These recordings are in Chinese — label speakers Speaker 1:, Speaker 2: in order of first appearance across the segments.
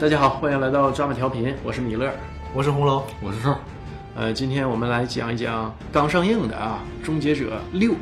Speaker 1: 大家好，欢迎来到抓马调频，我是米勒。
Speaker 2: 我是红楼，
Speaker 3: 我是瘦，
Speaker 1: 呃，今天我们来讲一讲刚上映的啊《终结者六》，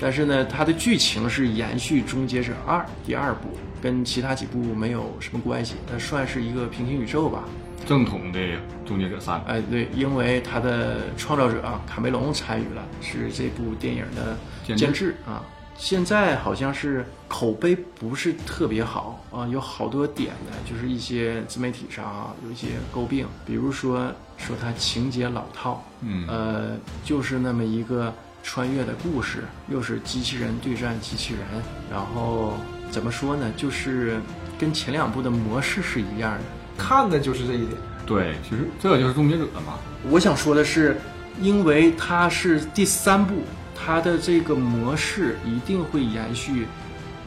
Speaker 1: 但是呢，它的剧情是延续《终结者二》第二部，跟其他几部没有什么关系，它算是一个平行宇宙吧。
Speaker 3: 正统的《终结者三》
Speaker 1: 哎，对，因为它的创造者啊卡梅隆参与了，是这部电影的
Speaker 3: 监制
Speaker 1: 监制啊。现在好像是口碑不是特别好啊，有好多点呢，就是一些自媒体上啊有一些诟病，比如说说它情节老套，
Speaker 3: 嗯
Speaker 1: 呃，就是那么一个穿越的故事，又是机器人对战机器人，然后怎么说呢，就是跟前两部的模式是一样的，
Speaker 2: 看的就是这一点。
Speaker 3: 对，其实这就是《终结者》嘛。
Speaker 1: 我想说的是，因为它是第三部，它的这个模式一定会延续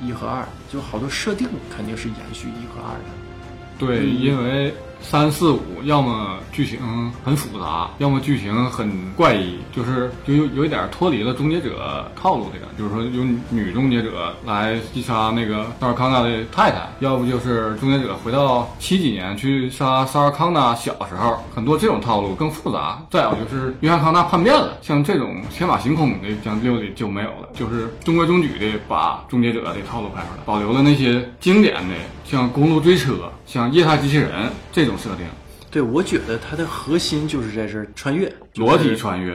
Speaker 1: 一和二，就好多设定肯定是延续一和二的。
Speaker 3: 对，因为三四五要么剧情很复杂，要么剧情很怪异，就是就有有一点脱离了《终结者》套路的感觉。比如说，有女终结者来击杀那个萨尔康纳的太太，要不就是终结者回到七几年去杀呃萨尔康纳小时候，很多这种套路更复杂。再有就是约翰康纳叛变了，像这种天马行空的，像六里就没有了，就是中规中矩的把终结者的套路拍出来，保留了那些经典的，像公路追车、像液态机器人这种设定，
Speaker 1: 对，我觉得它的核心就是在这儿穿越， 就是
Speaker 3: 裸体穿越，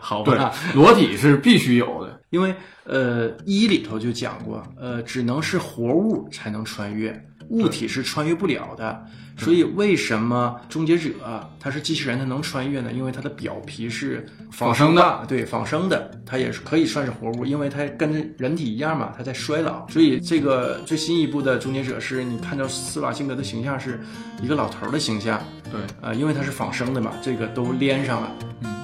Speaker 1: 好
Speaker 3: 对
Speaker 1: 吧？，
Speaker 3: 裸体是必须有的。
Speaker 1: 因为呃一里头就讲过，呃只能是活物才能穿越，物体是穿越不了的。所以为什么终结者它是机器人，它能穿越呢？因为它的表皮是
Speaker 3: 仿生的，
Speaker 1: 啊对仿生的，它也是可以算是活物，因为它跟人体一样嘛，它在衰老。所以这个最新一部的终结者是你看到斯瓦辛格的形象是一个老头儿的形象，
Speaker 3: 对，
Speaker 1: 呃，因为它是仿生的嘛，这个都连上了，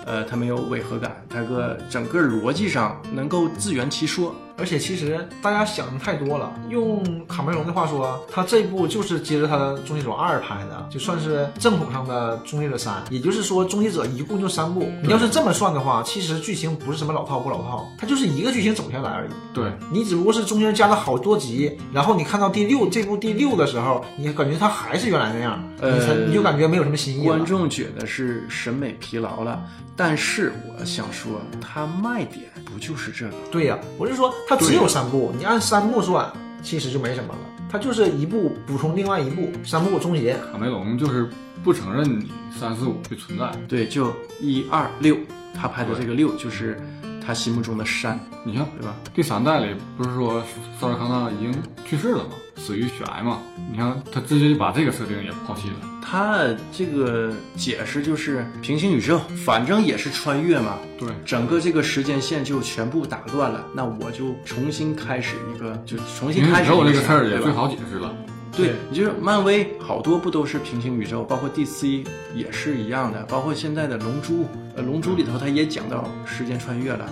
Speaker 1: 呃，它没有违和感，它个整个逻辑上能够自圆其说，
Speaker 2: 而且其实大家想的太多了。用卡梅隆的话说，他这部就是接着他的《终结者二》拍的，就算是正统上的《终结者三》。也就是说，《终结者》一共就三部。你要是这么算的话，其实剧情不是什么老套不老套，它就是一个剧情走下来而已。
Speaker 3: 对，
Speaker 2: 你只不过是中间加了好多集，然后你看到第六这部第六的时候，你感觉它还是原来那样，你才
Speaker 1: 呃
Speaker 2: 你就感觉没有什么新意了
Speaker 1: 观。众觉得是审美疲劳了，但是我想说，它卖点不就是这个？
Speaker 2: 对呀、我是说它只有三部，你按三部算，其实就没什么了。它就是一部补充另外一部，三部终结。
Speaker 3: 卡梅隆就是不承认你三四五的存在。
Speaker 1: 对，就一二六，他拍的这个六就是他心目中的山，
Speaker 3: 你像
Speaker 1: 对吧？
Speaker 3: 第三代里不是说萨尔康纳已经去世了吗？死于血癌嘛？你看他直接把这个设定也抛弃了。
Speaker 1: 他这个解释就是平行宇宙，反正也是穿越嘛，
Speaker 3: 对，
Speaker 1: 整个这个时间线就全部打乱了，那我就重新开始一个，就重新
Speaker 3: 平行
Speaker 1: 开
Speaker 3: 宇
Speaker 1: 始一
Speaker 3: 宙
Speaker 1: 个
Speaker 3: 这个事儿
Speaker 1: 对
Speaker 3: 也
Speaker 1: 吧
Speaker 3: 最好解释了。
Speaker 1: 对，
Speaker 3: 嗯
Speaker 1: 你就是漫威好多不都是平行宇宙，包括 DC 也是一样的，包括现在的《龙珠》，呃，《龙珠》里头它也讲到时间穿越了，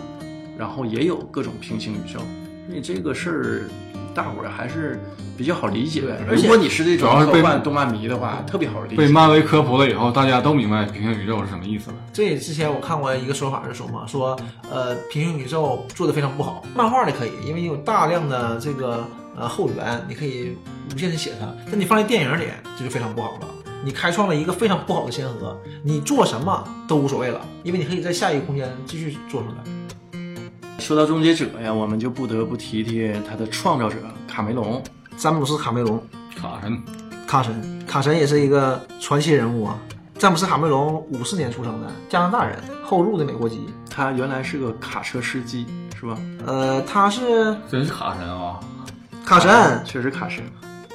Speaker 1: 然后也有各种平行宇宙，所以这个事儿大伙儿还是比较好理解的。
Speaker 3: 嗯而
Speaker 1: 如
Speaker 3: 且
Speaker 1: 果你是这种
Speaker 3: 主要是
Speaker 1: 科
Speaker 3: 被
Speaker 1: 幻动漫迷的话，特别好理
Speaker 3: 被
Speaker 1: 解。
Speaker 3: 漫威科普了以后，大家都明白平行宇宙是什么意思了。
Speaker 2: 这也之前我看过一个说法是说嘛，说呃平行宇宙做的非常不好，漫画里可以，因为你有大量的这个呃后援，你可以无限的写它，但你放在电影里这就非常不好了。你开创了一个非常不好的先河，你做什么都无所谓了，因为你可以在下一个空间继续做出来。
Speaker 1: 说到终结者呀，我们就不得不提提它的创造者卡梅隆。
Speaker 2: 詹姆斯·卡梅隆，
Speaker 3: 卡神，
Speaker 2: 卡神，卡神也是一个传奇人物啊。詹姆斯·卡梅隆五四年出生的加拿大人，后入的美国籍。
Speaker 1: 他原来是个卡车司机，是吧？
Speaker 2: 呃，他是
Speaker 3: 真是卡神啊！
Speaker 2: 卡神，
Speaker 1: 啊确实卡神，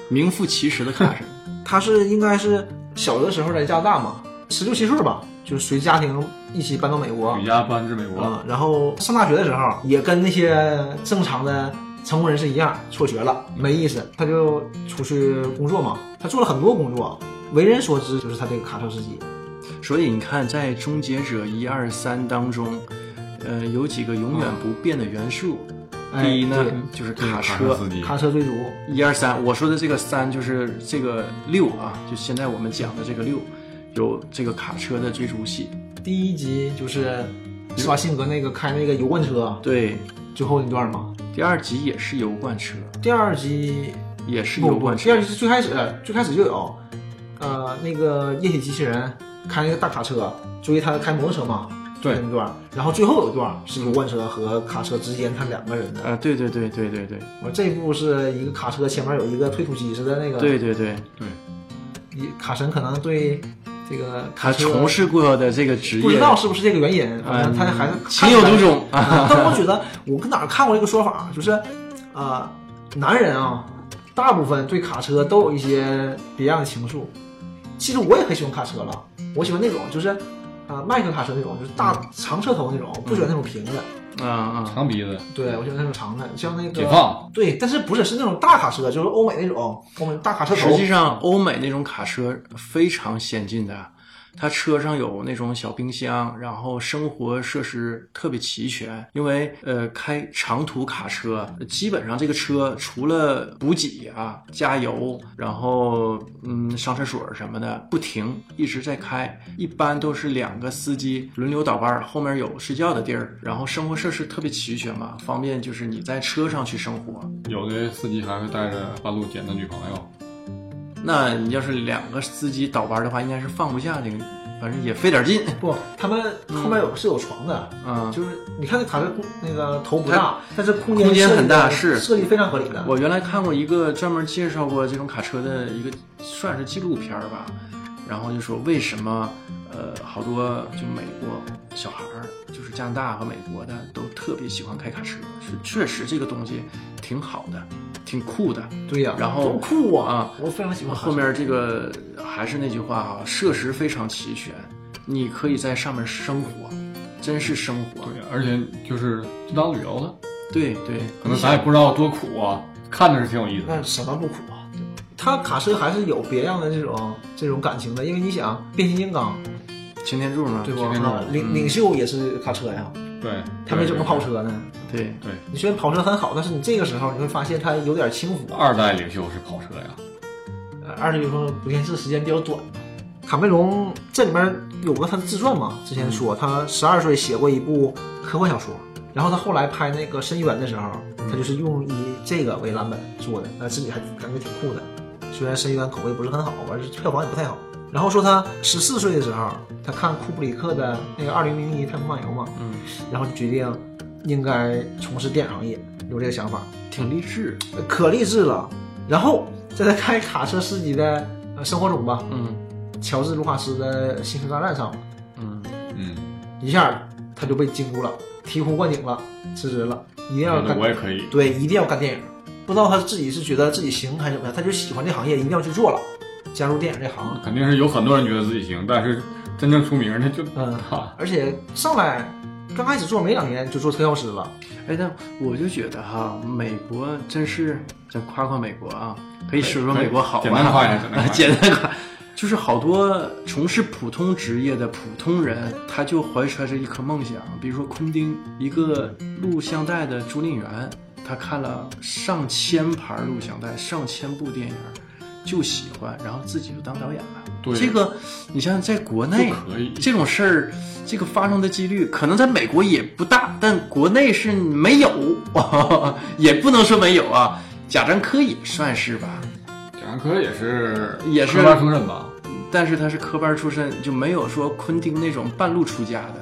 Speaker 1: 名副其实的卡神。
Speaker 2: 他是应该是小的时候在加拿大嘛，十六七岁吧，就随家庭一起搬到美国。
Speaker 3: 举家搬至美国，
Speaker 2: 啊、然后上大学的时候也跟那些正常的成功人士一样辍学了，没意思，他就出去工作嘛。他做了很多工作，为人所知就是他这个卡车司机。
Speaker 1: 所以你看，在《终结者》一二三当中，呃，有几个永远不变的元素。
Speaker 2: 啊哎
Speaker 1: 第一呢
Speaker 2: 对，
Speaker 1: 就是
Speaker 3: 这是
Speaker 1: 卡
Speaker 3: 卡车
Speaker 1: 车。
Speaker 3: 司机。
Speaker 2: 卡车追逐，
Speaker 1: 一二三，我说的这个三就是这个六啊，就现在我们讲的这个六，有这个卡车的追逐戏。
Speaker 2: 第一集就是施瓦辛格那个开那个油罐车
Speaker 1: 对，
Speaker 2: 最后那段嘛。
Speaker 1: 第二集也是油罐车，
Speaker 2: 第二集
Speaker 1: 也是
Speaker 2: 不
Speaker 1: 有
Speaker 2: 不，
Speaker 1: 关
Speaker 2: 实际上就是最开始最开始就有，呃，那个液体机器人开那个大卡车追他开摩托车嘛，
Speaker 3: 对
Speaker 2: 那段儿，然后最后有一段儿是油罐车和卡车之间他两个人的，
Speaker 1: 啊，对对对对对对
Speaker 2: 我这一部是一个卡车前面有一个推土机似的那个，
Speaker 1: 对对对，
Speaker 3: 对，
Speaker 2: 一，卡神可能对这个
Speaker 1: 他
Speaker 2: 卡车
Speaker 1: 从事过的这个职业，嗯
Speaker 2: 不知道是不是这个原因，反正他还是
Speaker 1: 情有独钟啊，
Speaker 2: 啊 但我觉得我跟哪儿看过一个说法，啊就是，呃，男人啊，大部分对卡车都有一些别样的情愫。其实我也很喜欢卡车了，我喜欢那种就是，啊、麦克卡车那种，就是大
Speaker 1: 嗯
Speaker 2: 长车头那种，不喜欢那种平的。
Speaker 1: 啊啊，
Speaker 3: 长鼻子，
Speaker 2: 对，我喜欢那种长的，像那
Speaker 3: 解
Speaker 2: 个。
Speaker 3: 放，
Speaker 2: 对，但是不是是那种大卡车，就是欧美那种，欧美大卡车头。
Speaker 1: 实际上欧美那种卡车非常先进的，它车上有那种小冰箱，然后生活设施特别齐全。因为呃，开长途卡车，基本上这个车除了补给啊、加油，然后嗯上厕所什么的，不停一直在开，一般都是两个司机轮流倒班儿，后面有睡觉的地儿，然后生活设施特别齐全嘛，方便就是你在车上去生活。
Speaker 3: 有的司机还会带着半路捡的女朋友，
Speaker 1: 那你要是两个司机倒班的话，应该是放不下这个，反正也费点劲。
Speaker 2: 不，他们后面有、是有床的，
Speaker 1: 嗯，
Speaker 2: 就是你看那卡车空那个头不大，但是空
Speaker 1: 空间
Speaker 2: 设计
Speaker 1: 很大
Speaker 2: 的
Speaker 1: 是
Speaker 2: 设计非常合理的。
Speaker 1: 我原来看过一个专门介绍过这种卡车的一个算是纪录片儿吧，然后就说为什么呃好多就美国小孩儿，就是加拿大和美国的都特别喜欢开卡车，是确实这个东西挺好的，挺酷的。
Speaker 2: 对呀、
Speaker 1: 然后
Speaker 2: 多酷啊
Speaker 1: 啊！
Speaker 2: 我非常喜欢
Speaker 1: 后面这个还是那句话啊，设施非常齐全，你可以在上面生活，真是生活。
Speaker 3: 对，而且就是就当旅游了，
Speaker 1: 对对，
Speaker 3: 可能咱也不知道多苦啊，看着是挺有意思的，
Speaker 2: 那什么不苦啊？对吧他卡车还是有别样的这种这种感情的，因为你想变形金刚
Speaker 1: 擎天柱嘛，
Speaker 2: 对
Speaker 3: 擎天柱
Speaker 2: 吧？领领袖也是卡车呀，
Speaker 3: 对，
Speaker 2: 他没
Speaker 3: 对
Speaker 2: 整个跑，车呢。
Speaker 1: 对
Speaker 3: 对，
Speaker 2: 你虽然跑车很好，但是你这个时候你会发现它有点轻浮啊
Speaker 3: 对。二代领袖是跑车呀，
Speaker 2: 呃二十一分不限制时间比较短。卡梅隆这里面有个他的自传嘛，之前说他十二岁写过一部科幻小说，然后他后来拍那个《深渊》的时候，他就是用以这个为蓝本做的，那自己还感觉挺酷的。虽然《深渊》口碑不是很好，完是票房也不太好。然后说他十四岁的时候，他看库布里克的那个《二零零一太空漫游》嘛，
Speaker 1: 嗯，
Speaker 2: 然后就决定应该从事电影行业，有这个想法。
Speaker 1: 挺励志，
Speaker 2: 呃可励志了。然后在他开卡车司机的呃生活中吧，
Speaker 1: 嗯
Speaker 2: 乔治·卢卡斯的《星球大战》上，
Speaker 1: 嗯，
Speaker 3: 嗯，
Speaker 2: 一下他就被禁锢了，醍醐灌顶了，辞职了，一定要干
Speaker 3: 嗯我，也可以，
Speaker 2: 对，一定要干电影。不知道他自己是觉得自己行还是怎么样，他就喜欢这行业，一定要去做了，加入电影这行。
Speaker 3: 肯定是有很多人觉得自己行，但是真正出名的就
Speaker 2: 嗯
Speaker 3: 他，
Speaker 2: 而且上来刚开始做没两年就做特效师了，
Speaker 1: 哎，但我就觉得哈，美国真是，咱夸夸美国啊，可以说说美国好
Speaker 3: 简单夸一
Speaker 1: 吧，
Speaker 3: 下简单夸
Speaker 1: 简单
Speaker 3: 一下
Speaker 1: 夸。就是好多从事普通职业的普通人，他就怀揣着一颗梦想，比如说空丁，一个录像带的租赁员，他看了上千盘录像带，上千部电影，就喜欢，然后自己就当导演了。
Speaker 3: 对
Speaker 1: 这个，你像在国内
Speaker 3: 就，可以，
Speaker 1: 这种事儿，这个发生的几率可能在美国也不大，但国内是没有， 也不能说没有啊。贾樟柯也算是吧，
Speaker 3: 贾樟柯也是
Speaker 1: 也是
Speaker 3: 科班出身吧，
Speaker 1: 但是他是科班出身，就没有说昆汀那种半路出家的。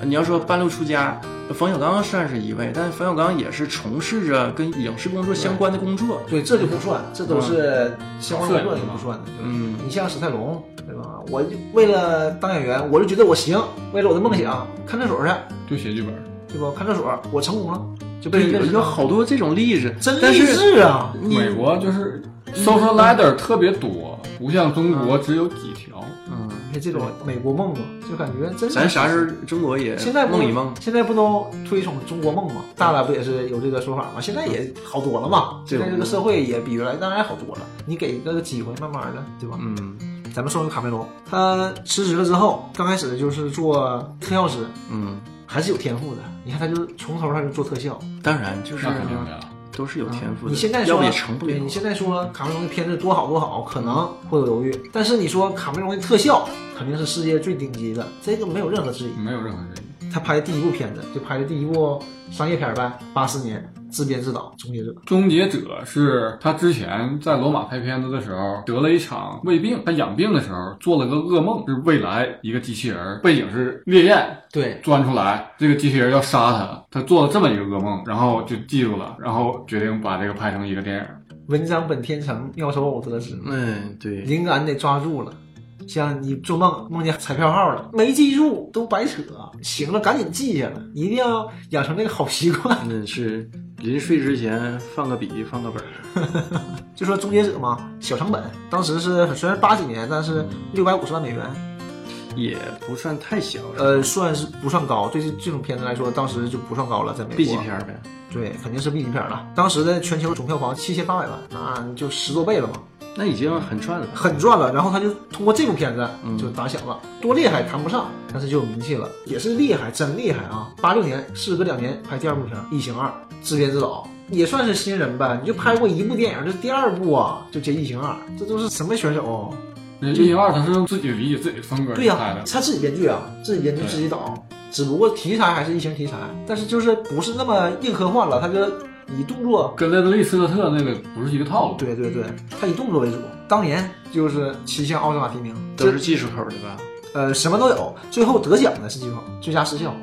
Speaker 1: 呃你要说半路出家，冯小刚算是一位，但冯小刚也是从事着跟影视工作相关的工作。
Speaker 2: 对，这就不算，这都是相关工作就不算的。对
Speaker 1: 嗯，
Speaker 2: 你像史泰龙，对吧？我就为了当演员，我就觉得我行，为了我的梦想，看厕所去，
Speaker 3: 就写剧本，
Speaker 2: 对吧？看厕所，我成功了，就被
Speaker 1: 对，
Speaker 2: 认识
Speaker 1: 有
Speaker 2: 到
Speaker 1: 好多这种例子，
Speaker 2: 真
Speaker 1: 但
Speaker 2: 励
Speaker 1: 是
Speaker 2: 志啊！
Speaker 1: 你
Speaker 3: 美国就是 social ladder 特别多，不像中国
Speaker 1: 啊
Speaker 3: 只有几条，
Speaker 1: 嗯，
Speaker 2: 这这种美国梦嘛，就感觉真的
Speaker 1: 咱啥时候中国也
Speaker 2: 现在不
Speaker 1: 梦一梦？
Speaker 2: 现在不都推崇中国梦嘛？大大不也是有这个说法嘛？现在也好多了嘛，
Speaker 1: 对
Speaker 2: 现在这个社会也比原来当然好多了。你给一个机会，慢慢的，对吧？
Speaker 1: 嗯
Speaker 2: 咱们说回卡梅隆，他辞职了之后，刚开始就是做特效师，
Speaker 1: 嗯，
Speaker 2: 还是有天赋的。你看，他就从头他就做特效，啊
Speaker 1: 当然就是啊
Speaker 3: 那肯定的呀，
Speaker 1: 都是有天赋的，
Speaker 2: 你现在
Speaker 1: 要
Speaker 2: 说
Speaker 1: 不也成不了
Speaker 2: 对。你现在说卡梅隆的片子多好多好，可能会有犹豫。但是你说卡梅隆的特效肯定是世界最顶级的，这个没有任何质疑。
Speaker 3: 没有任何人，
Speaker 2: 他拍的第一部片子就拍的第一部商业片呗，八四年，自编自导终结者。
Speaker 3: 终结者是他之前在罗马拍片子的时候得了一场胃病，他养病的时候做了个噩梦，是未来一个机器人，背景是烈焰
Speaker 2: 对，
Speaker 3: 钻出来，这个机器人要杀他，他做了这么一个噩梦，然后就记住了，然后决定把这个拍成一个电影。
Speaker 2: 文章本天成，妙手偶得之。
Speaker 1: 嗯，对，
Speaker 2: 灵感得抓住了。像你做梦梦见彩票号了，没记住都白扯。行了，赶紧记下来，一定要养成这个好习惯。
Speaker 1: 那是临睡之前放个笔，放个本儿。
Speaker 2: 就说《终结者》嘛，小成本，当时是虽然八几年，但是六百五十万美元，
Speaker 1: 也不算太小，
Speaker 2: 呃，算是不算高。对这这种片子来说，当时就不算高了，在美国。
Speaker 1: ，B 级片儿呗。
Speaker 2: 对，肯定是 B 级片了。当时的全球总票房七千八百万，那就十多倍了嘛。
Speaker 1: 那已经很赚了。
Speaker 2: 很赚了，然后他就通过这部片子就打响了，多厉害谈不上，但是就有名气了，也是厉害，真厉害啊！八六年事隔两年拍第二部片《异形二》，自编自导，也算是新人呗。你就拍过一部电影，这是第二部啊，就接《异形二》，这都是什么选手？
Speaker 3: 那一零二他是用自己的理解、自己的风格
Speaker 2: 对呀、
Speaker 3: 拍的，
Speaker 2: 他自己编剧啊，自己编剧
Speaker 3: 嗯对
Speaker 2: 自己导，只不过题材还是异形题材，但是就是不是那么硬科幻了，他就以动作
Speaker 3: 跟雷德利·斯科特那个不是一个套路。
Speaker 2: 对对对，他以动作为主。当年就是七项奥斯卡提名，
Speaker 1: 都是技术口儿的吧？
Speaker 2: 呃，什么都有。最后得奖的是这种最佳视效，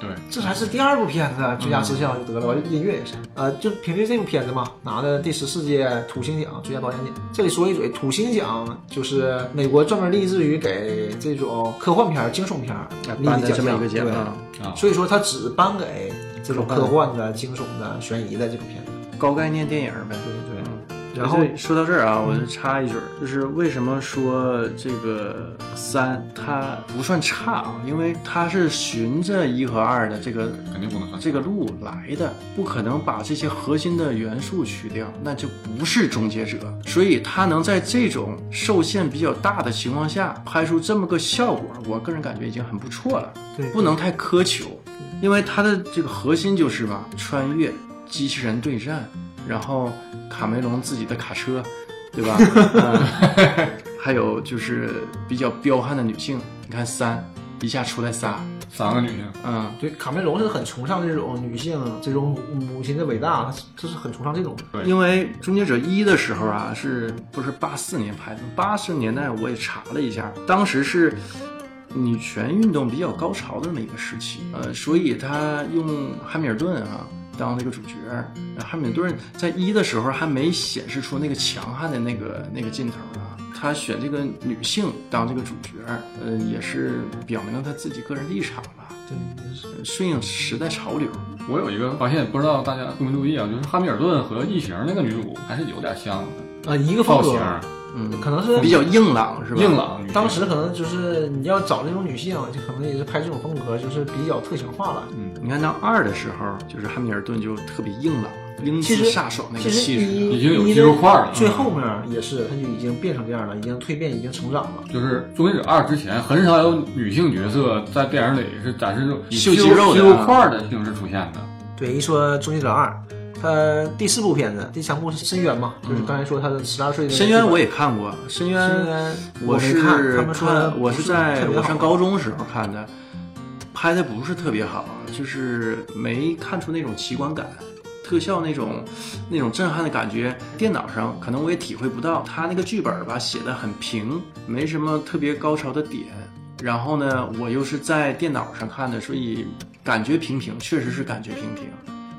Speaker 3: 对，
Speaker 2: 这才是第二部片子啊，最佳视效就得了。完、了音乐也是，呃，就凭借这部片子嘛，拿的第十四届土星奖最佳导演奖。这里说一嘴，土星奖就是美国专门立志于给这种科幻片儿、惊悚片儿立
Speaker 1: 办
Speaker 2: 的
Speaker 1: 的这么一
Speaker 2: 项
Speaker 1: 个节目
Speaker 2: 对
Speaker 1: 啊，
Speaker 3: 啊，
Speaker 2: 所以说，他只颁给这种
Speaker 1: 科幻
Speaker 2: 科幻的、惊悚的、悬疑的这种片子。
Speaker 1: 高概念电影儿呗。
Speaker 2: 对嗯对哎对。
Speaker 1: 嗯
Speaker 2: 然后
Speaker 1: 对说到这儿啊，我就插一句儿，就是为什么说这个三它不算差啊？因为它是循着一和二的这个
Speaker 3: 肯定不能算
Speaker 1: 啊这个路来的，不可能把这些核心的元素去掉，那就不是终结者。所以它能在这种受限比较大的情况下拍出这么个效果，我个人感觉已经很不错了。
Speaker 2: 对
Speaker 1: 不能太苛求，因为它的这个核心就是嘛，穿越、机器人对战，然后卡梅隆自己的卡车，对吧？ 嗯，还有就是比较彪悍的女性，你看三一下出来仨，
Speaker 3: 三个女性，
Speaker 1: 嗯，
Speaker 2: 对，卡梅隆是很崇尚这种女性、这种母母亲的伟大，这是很崇尚这种的。
Speaker 3: 对
Speaker 1: 因为《终结者一》的时候啊，是不是八四年拍的？八十年代我也查了一下，当时是女权运动比较高潮的那么一个时期，呃，所以他用汉密尔顿啊当这个主角。呃汉密尔顿在一的时候还没显示出那个强悍的那个那个劲头啊。他选这个女性当这个主角，呃，也是表明了他自己个人立场吧，
Speaker 2: 对，
Speaker 1: 呃顺应时代潮流。
Speaker 3: 我有一个发现，不知道大家注没注意啊，就是汉密尔顿和异形那个女主还是有点像的，
Speaker 2: 啊、一个风
Speaker 3: 造
Speaker 2: 格
Speaker 3: 型，
Speaker 1: 嗯，
Speaker 2: 可能是
Speaker 1: 比较硬朗是吧？
Speaker 3: 硬朗。女性
Speaker 2: 当时可能就是你要找这种女性，啊就可能也是拍这种风格，就是比较特型化了。
Speaker 1: 你看到二的时候，就是汉密尔顿就特别硬朗，英姿
Speaker 2: 其实
Speaker 1: 飒爽那
Speaker 2: 其
Speaker 1: 个
Speaker 2: 实
Speaker 1: 气质。
Speaker 2: 一
Speaker 3: 已经有
Speaker 2: 一
Speaker 3: 肌肉块儿了
Speaker 2: 最后面也是，他就已经变成这样了，已经蜕变，已经成长了。
Speaker 3: 就是《终结者二》之前，很少有女性角色在电影里是展示这种以
Speaker 1: 秀肌
Speaker 3: 肌
Speaker 1: 肉的
Speaker 3: 肌肉块儿的形式出现的。
Speaker 2: 对，一说《终结者二》，他第四部片子，第三部是《深渊》嘛，就是刚才说他的十二岁的
Speaker 1: 嗯深渊我也看过，深渊
Speaker 2: 深渊
Speaker 1: 我
Speaker 2: 没
Speaker 1: 是
Speaker 2: 看他们说
Speaker 1: 看我
Speaker 2: 不
Speaker 1: 是
Speaker 2: 是
Speaker 1: 在
Speaker 2: 特别
Speaker 1: 我
Speaker 2: 好啊
Speaker 1: 上高中时候看的，拍的不是特别好，就是没看出那种奇观感。特效那种，那种震撼的感觉，电脑上可能我也体会不到。他那个剧本吧写的很平，没什么特别高潮的点。然后呢，我又是在电脑上看的，所以感觉平平，确实是感觉平平。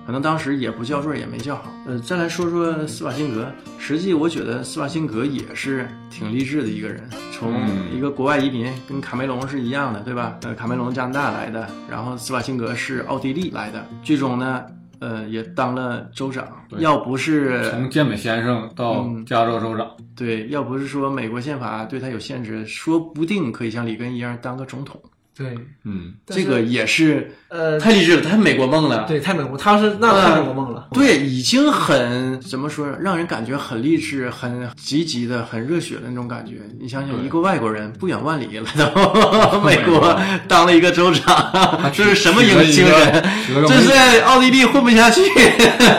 Speaker 1: 可能当时也不叫座，也没叫好。呃，再来说说斯瓦辛格，实际我觉得斯瓦辛格也是挺励志的一个人，从
Speaker 3: 嗯
Speaker 1: 一个国外移民，跟卡梅隆是一样的，对吧？呃，卡梅隆加拿大来的，然后斯瓦辛格是奥地利来的，剧中呢，呃，也当了州长。
Speaker 3: 对
Speaker 1: 要不是
Speaker 3: 从健美先生到加州州长，
Speaker 1: 对，要不是说美国宪法对他有限制，说不定可以像里根一样当个总统。
Speaker 2: 对，
Speaker 3: 嗯，
Speaker 2: 但是
Speaker 1: 这个也是
Speaker 2: 呃，
Speaker 1: 太励志了，太美国梦了。
Speaker 2: 对，太美国，他是那太美国梦了。
Speaker 1: 呃对，已经很怎么说，让人感觉很励志、很积极的、很热血的那种感觉。你想想，
Speaker 3: 对
Speaker 1: 一个外国人不远万里来 到美国当了一个州长，这是什么
Speaker 3: 取得
Speaker 1: 精
Speaker 3: 一
Speaker 1: 精
Speaker 3: 个
Speaker 1: 神？
Speaker 3: 取得一个
Speaker 1: 这是在奥地利混不下去，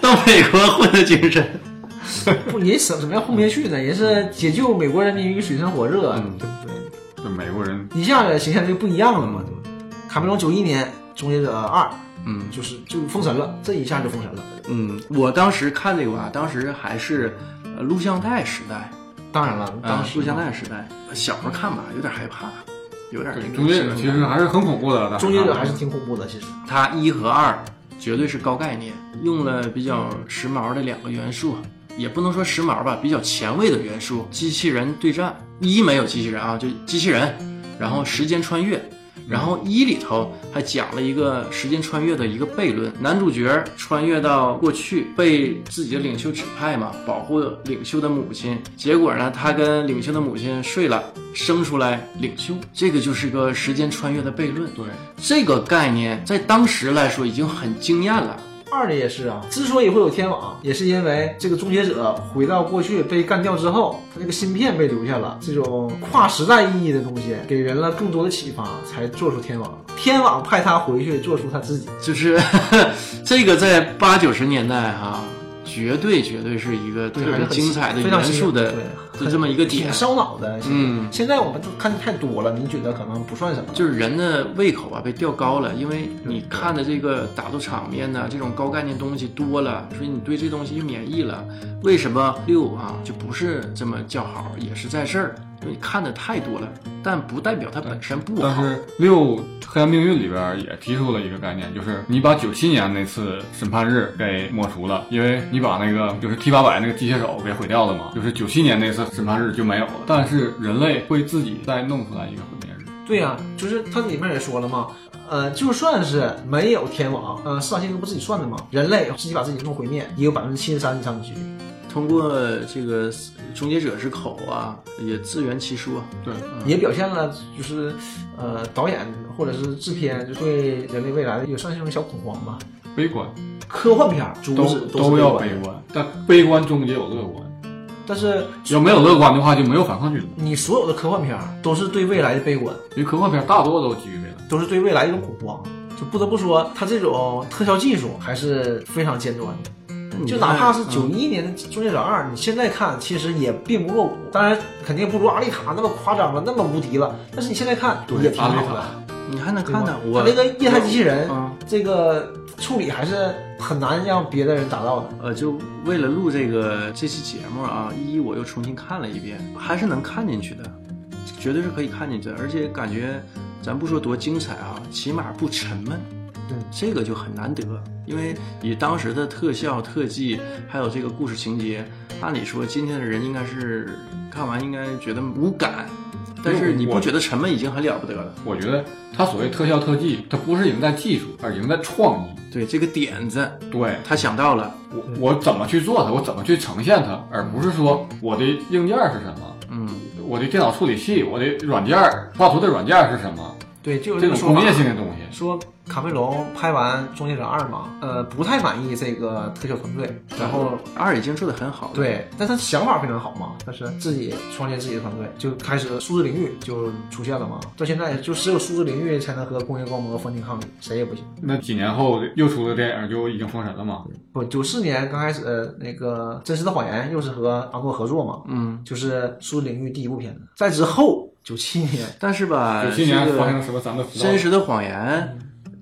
Speaker 1: 到美国混的精神。
Speaker 2: 不，人怎怎么样混不下去呢？人是解救美国人民于水深火热，啊
Speaker 3: 嗯
Speaker 2: 对不对？
Speaker 3: 就美国人
Speaker 2: 一下子形象就不一样了嘛，对吧？卡梅隆九一年《终结者二》，
Speaker 1: 嗯
Speaker 2: 就是就封神了，这一下就封神了。
Speaker 1: 嗯，我当时看这个吧，当时还是呃录像带时代，
Speaker 2: 当然了，当
Speaker 1: 啊
Speaker 2: 时
Speaker 1: 录像带时代，小时候看吧，有点害怕，有点
Speaker 3: 对，
Speaker 1: 这个
Speaker 3: 终结者其实还是很恐怖的。
Speaker 2: 终结者还
Speaker 3: 是
Speaker 2: 是挺恐怖的，其实。
Speaker 1: 它一和二绝对是高概念，用了比较时髦的两个元素，也不能说时髦吧，比较前卫的元素，机器人对战。一没有机器人啊，就机器人，然后时间穿越。然后一里头还讲了一个时间穿越的一个悖论，男主角穿越到过去，被自己的领袖指派嘛，保护领袖的母亲。结果呢，他跟领袖的母亲睡了，生出来领袖，这个就是个时间穿越的悖论。
Speaker 3: 对，
Speaker 1: 这个概念在当时来说已经很惊艳了。
Speaker 2: 二里也是啊，之所以会有天网，也是因为这个终结者回到过去被干掉之后，他这个芯片被留下了，这种跨时代意义的东西给人了更多的启发，才做出天网。天网派他回去做出他自己，
Speaker 1: 就是 这个在八九十年代哈、绝对绝对是一个特
Speaker 2: 还是
Speaker 1: 别
Speaker 2: 很
Speaker 1: 精彩的
Speaker 2: 非常
Speaker 1: 元素的
Speaker 2: 新颖对
Speaker 1: 就这么一个
Speaker 2: 挺
Speaker 1: 点，
Speaker 2: 烧脑的。其实
Speaker 1: 嗯
Speaker 2: 现在我们都看的太多了，你觉得可能不算什么？
Speaker 1: 就是人的胃口啊被吊高了，因为你看的这个打斗场面呐，这种高概念东西多了，所以你对这东西就免疫了。为什么六啊就不是这么叫好，也是在事儿，因为你看的太多了，但不代表它本身不
Speaker 3: 但
Speaker 1: 好。
Speaker 3: 是六《黑暗命运》里边也提出了一个概念，就是你把九七年那次审判日给抹除了，因为你把那个就是 T 八百那个机械手给毁掉了嘛，就是九七年那次审判日就没有了。但是人类会自己再弄出来一个毁灭日。
Speaker 2: 对呀、就是它里面也说了嘛，呃，就算是没有天网，呃，市场限额不自己算的嘛，人类自己把自己弄毁灭，也有百分之七十三以上的几率。
Speaker 1: 通过这个终结者之口啊，也自圆其说。
Speaker 3: 对，
Speaker 2: 也表现了就是呃导演或者是制片就对人类未来也算是一种小恐慌吧。
Speaker 3: 悲观
Speaker 2: 科幻片儿主
Speaker 3: 都
Speaker 2: 旨是
Speaker 3: 都要
Speaker 2: 悲观，
Speaker 3: 观，但悲观中也有乐观。
Speaker 2: 但是
Speaker 3: 要没有乐观的话，就没有反抗军了。
Speaker 2: 你所有的科幻片儿都是对未来的悲观，
Speaker 3: 因为科幻片大多都基于未来。
Speaker 2: 都是对未来一种恐慌。就不得不说，它这种特效技术还是非常尖端的。
Speaker 1: 你
Speaker 2: 就
Speaker 1: 看
Speaker 2: 哪怕是九
Speaker 1: 嗯
Speaker 2: 一年的《终结者二》，你现在看其实也并不落伍，当然肯定不如《阿丽塔》那么夸张了，那么无敌了。但是你现在看
Speaker 3: 对
Speaker 2: 也挺好
Speaker 3: 阿丽
Speaker 2: 的
Speaker 3: 塔。
Speaker 1: 你还能
Speaker 2: 对
Speaker 1: 看
Speaker 2: 吧
Speaker 1: 到
Speaker 2: 嗯它
Speaker 1: 我
Speaker 2: 那个液态机器人，
Speaker 3: 嗯
Speaker 1: 啊，
Speaker 2: 这个处理还是很难让别的人达到的。
Speaker 1: 呃，就为了录这个这期节目啊，一我又重新看了一遍，还是能看进去的，绝对是可以看进去的，而且感觉咱不说多精彩啊，起码不沉闷。
Speaker 2: 对
Speaker 1: 这个就很难得，因为以当时的特效、特技，还有这个故事情节，按理说今天的人应该是看完应该觉得无感，但是你不觉得沉闷已经很了不得了。
Speaker 3: 我觉得它所谓特效特技，它不是赢在技术，而赢在创意。
Speaker 1: 对这个点子，
Speaker 3: 对
Speaker 1: 他想到了，
Speaker 3: 我，我怎么去做它，我怎么去呈现它，而不是说我的硬件是什么，
Speaker 1: 嗯，
Speaker 3: 我的电脑处理器，我的软件儿画图的软件儿是什么，
Speaker 2: 对，就有
Speaker 3: 这
Speaker 2: 个
Speaker 3: 种
Speaker 2: 说
Speaker 3: 工
Speaker 2: 法
Speaker 3: 业性的东西。
Speaker 2: 说卡梅隆拍完《终结者二》嘛，呃，不太满意这个特效团队，然后
Speaker 1: 二已经做得很好了。，
Speaker 2: 对，但他想法非常好嘛，但是自己创建自己的团队，就开始数字领域就出现了嘛，到现在就只有数字领域才能和工业光魔分庭抗礼，谁也不行。
Speaker 3: 那几年后又出了电影，就已经封神了嘛？
Speaker 2: 不，九四年刚开始、呃那个《真实的谎言》又是和阿诺合作嘛，
Speaker 1: 嗯，
Speaker 2: 就是数字领域第一部片子，在之后九七年。
Speaker 1: 但是吧，
Speaker 2: 哎
Speaker 3: 九七年
Speaker 1: 这
Speaker 3: 发生
Speaker 1: 个
Speaker 3: 了什么咱们不知道
Speaker 1: 真。实的谎言，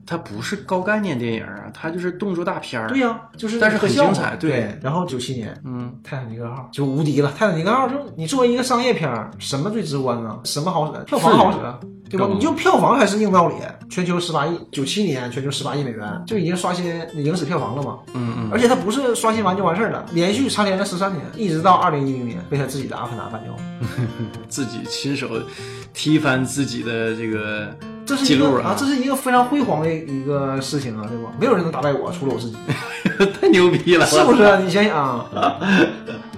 Speaker 1: 它不是高概念电影啊，它就是动作大片儿。
Speaker 2: 对呀、就是
Speaker 1: 但是很
Speaker 2: 特效嘛
Speaker 1: 精彩对
Speaker 2: 对。然后九七年。
Speaker 1: 嗯，
Speaker 2: 泰坦尼克号就无敌了。泰坦尼克号就你作为一个商业片儿，什么最直观呢？什么好使？票房好使，对吧？
Speaker 3: 嗯
Speaker 2: 你就票房还是硬道理。啊全球十八亿，九七年全球十八亿美元就已经刷新影史票房了嘛。
Speaker 1: 嗯嗯，
Speaker 2: 而且它不是刷新完就完事儿了，连续蝉联了十三年，一直到二零一零年被他自己的《阿凡达》干掉了。
Speaker 1: 自己亲手踢翻自己的这个
Speaker 2: 这是
Speaker 1: 记
Speaker 2: 一
Speaker 1: 录
Speaker 2: 个啊，这是一个非常辉煌的一个事情啊，对吧？没有人能打败我，除了我 自己，
Speaker 1: 太牛逼了，
Speaker 2: 是不是？你想想啊，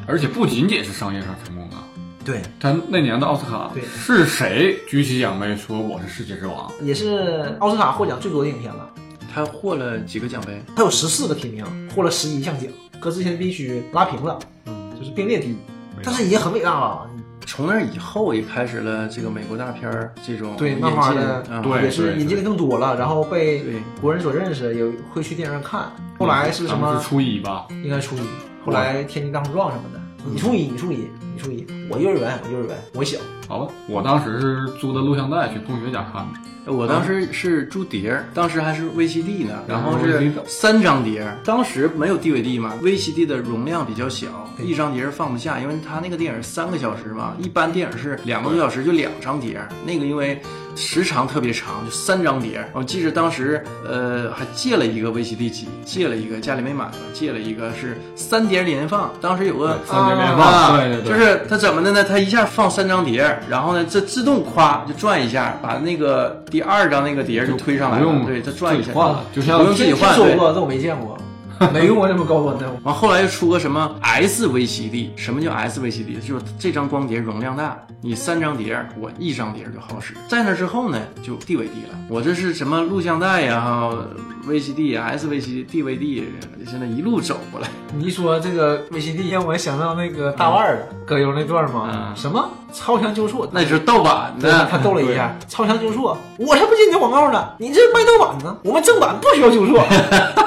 Speaker 3: 而且不仅仅是商业上成功啊，
Speaker 2: 对，
Speaker 3: 他那年的奥斯卡
Speaker 2: 对
Speaker 3: 是谁举起奖杯说我是世界之王？
Speaker 2: 也是奥斯卡获奖最多的影片了。
Speaker 1: 他获了几个奖杯？
Speaker 2: 他有十四个提名，获了十一项奖，和之前必须拉平了，
Speaker 1: 嗯，
Speaker 2: 就是并列第一，但是已经很伟大了。
Speaker 1: 从那以后也开始了这个美国大片儿这种
Speaker 2: 对，
Speaker 1: 引
Speaker 2: 慢慢
Speaker 1: 进
Speaker 2: 的、
Speaker 1: 啊
Speaker 3: 对
Speaker 2: 也是引进的更多了，然后被
Speaker 1: 对
Speaker 2: 国人所认识，也会去电影院看。后来是什
Speaker 3: 咱们
Speaker 2: 么
Speaker 3: 是？初一吧？
Speaker 2: 应该初一，后来《天津大冲撞》什么的，
Speaker 1: 嗯
Speaker 2: 你初一，你初一，你初一，我幼儿园，我幼儿园，我小，
Speaker 3: 好吧，我当时是租的录像带去同学家看的，
Speaker 1: 我当时是租碟儿，当时还是 VCD 呢，然后是
Speaker 3: VCD
Speaker 1: 三张碟儿。当时没有 DVD 嘛，VCD 的容量比较小，一张碟儿放不下，因为它那个电影三个小时嘛，一般电影是两个多小时就两张碟儿，那个因为时长特别长，就三张碟儿。我记着当时呃还借了一个 VCD 机，借了一个家里没买嘛，借了一个是三碟儿连放，当时有个
Speaker 2: 呃
Speaker 3: 三碟连
Speaker 1: 啊
Speaker 3: 放，对对对，
Speaker 1: 就是它怎么的呢？它一下放三张碟儿，然后呢，这自动夸就转一下，把那个第二张那个碟儿就推上来
Speaker 3: 不用
Speaker 1: 了。对，它转一下
Speaker 3: 自己换了，就像
Speaker 1: 不用自己换。
Speaker 2: 听说
Speaker 1: 对，
Speaker 2: 过，但我没见 过，没用过这么高端的。
Speaker 1: 完后来又出个什么 S VCD，什么叫 S VCD？就是这张光碟容量大，你三张碟儿，我一张碟儿就好使。在那之后呢，就 DVD 了。我这是什么录像带呀、VCD 呀、S VCD、DVD，现在一路走过来。
Speaker 2: 你一说这个 VCD，让我想到那个大腕儿葛优那段嘛，
Speaker 1: 嗯
Speaker 2: 什么超强纠错，
Speaker 1: 那就是盗版
Speaker 2: 对
Speaker 1: 的，
Speaker 2: 他逗了一下，超强纠错，我才不接你的广告呢，你这卖盗版呢，我们正版不需要纠错。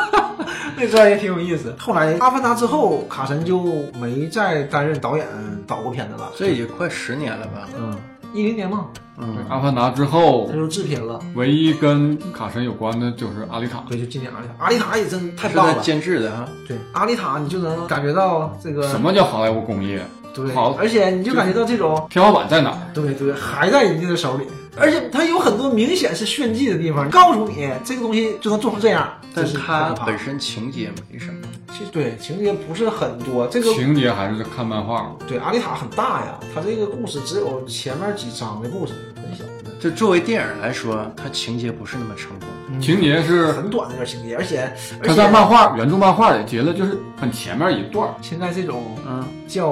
Speaker 2: 那段也挺有意思。后来《阿凡达》之后，卡神就没再担任导演导过片子了。
Speaker 1: 这也快十年了吧？
Speaker 2: 嗯，一零年嘛，
Speaker 1: 嗯
Speaker 3: 《阿凡达》之后
Speaker 2: 他，就制片了。
Speaker 3: 唯一跟卡神有关的就是阿丽塔。
Speaker 2: 对，就今年阿丽塔，阿丽塔也真太
Speaker 1: 是
Speaker 2: 棒
Speaker 1: 他
Speaker 2: 了。
Speaker 1: 监制的哈。
Speaker 2: 对，阿丽塔你就能感觉到这个
Speaker 3: 什么叫好莱坞工业？
Speaker 2: 对，
Speaker 3: 好
Speaker 2: 而且你就感觉到这种
Speaker 3: 天花板在哪儿？
Speaker 2: 对对，还在人家的手里，而且它有很多明显是炫技的地方，告诉你这个东西就能做成这样，
Speaker 1: 但
Speaker 2: 是
Speaker 1: 它嗯本身情节没什么，
Speaker 2: 其实对情节不是很多，这个
Speaker 3: 情节还是看漫画。
Speaker 2: 对阿丽塔很大呀，它这个故事只有前面几章的故事，很小的，
Speaker 1: 就作为电影来说，它情节不是那么成功。
Speaker 3: 情节是
Speaker 2: 很短的一段情节，而且嗯而
Speaker 3: 他在
Speaker 2: 且
Speaker 3: 漫画原著漫画里截了，就是很前面一段儿。
Speaker 2: 现在这种
Speaker 1: 嗯，
Speaker 2: 叫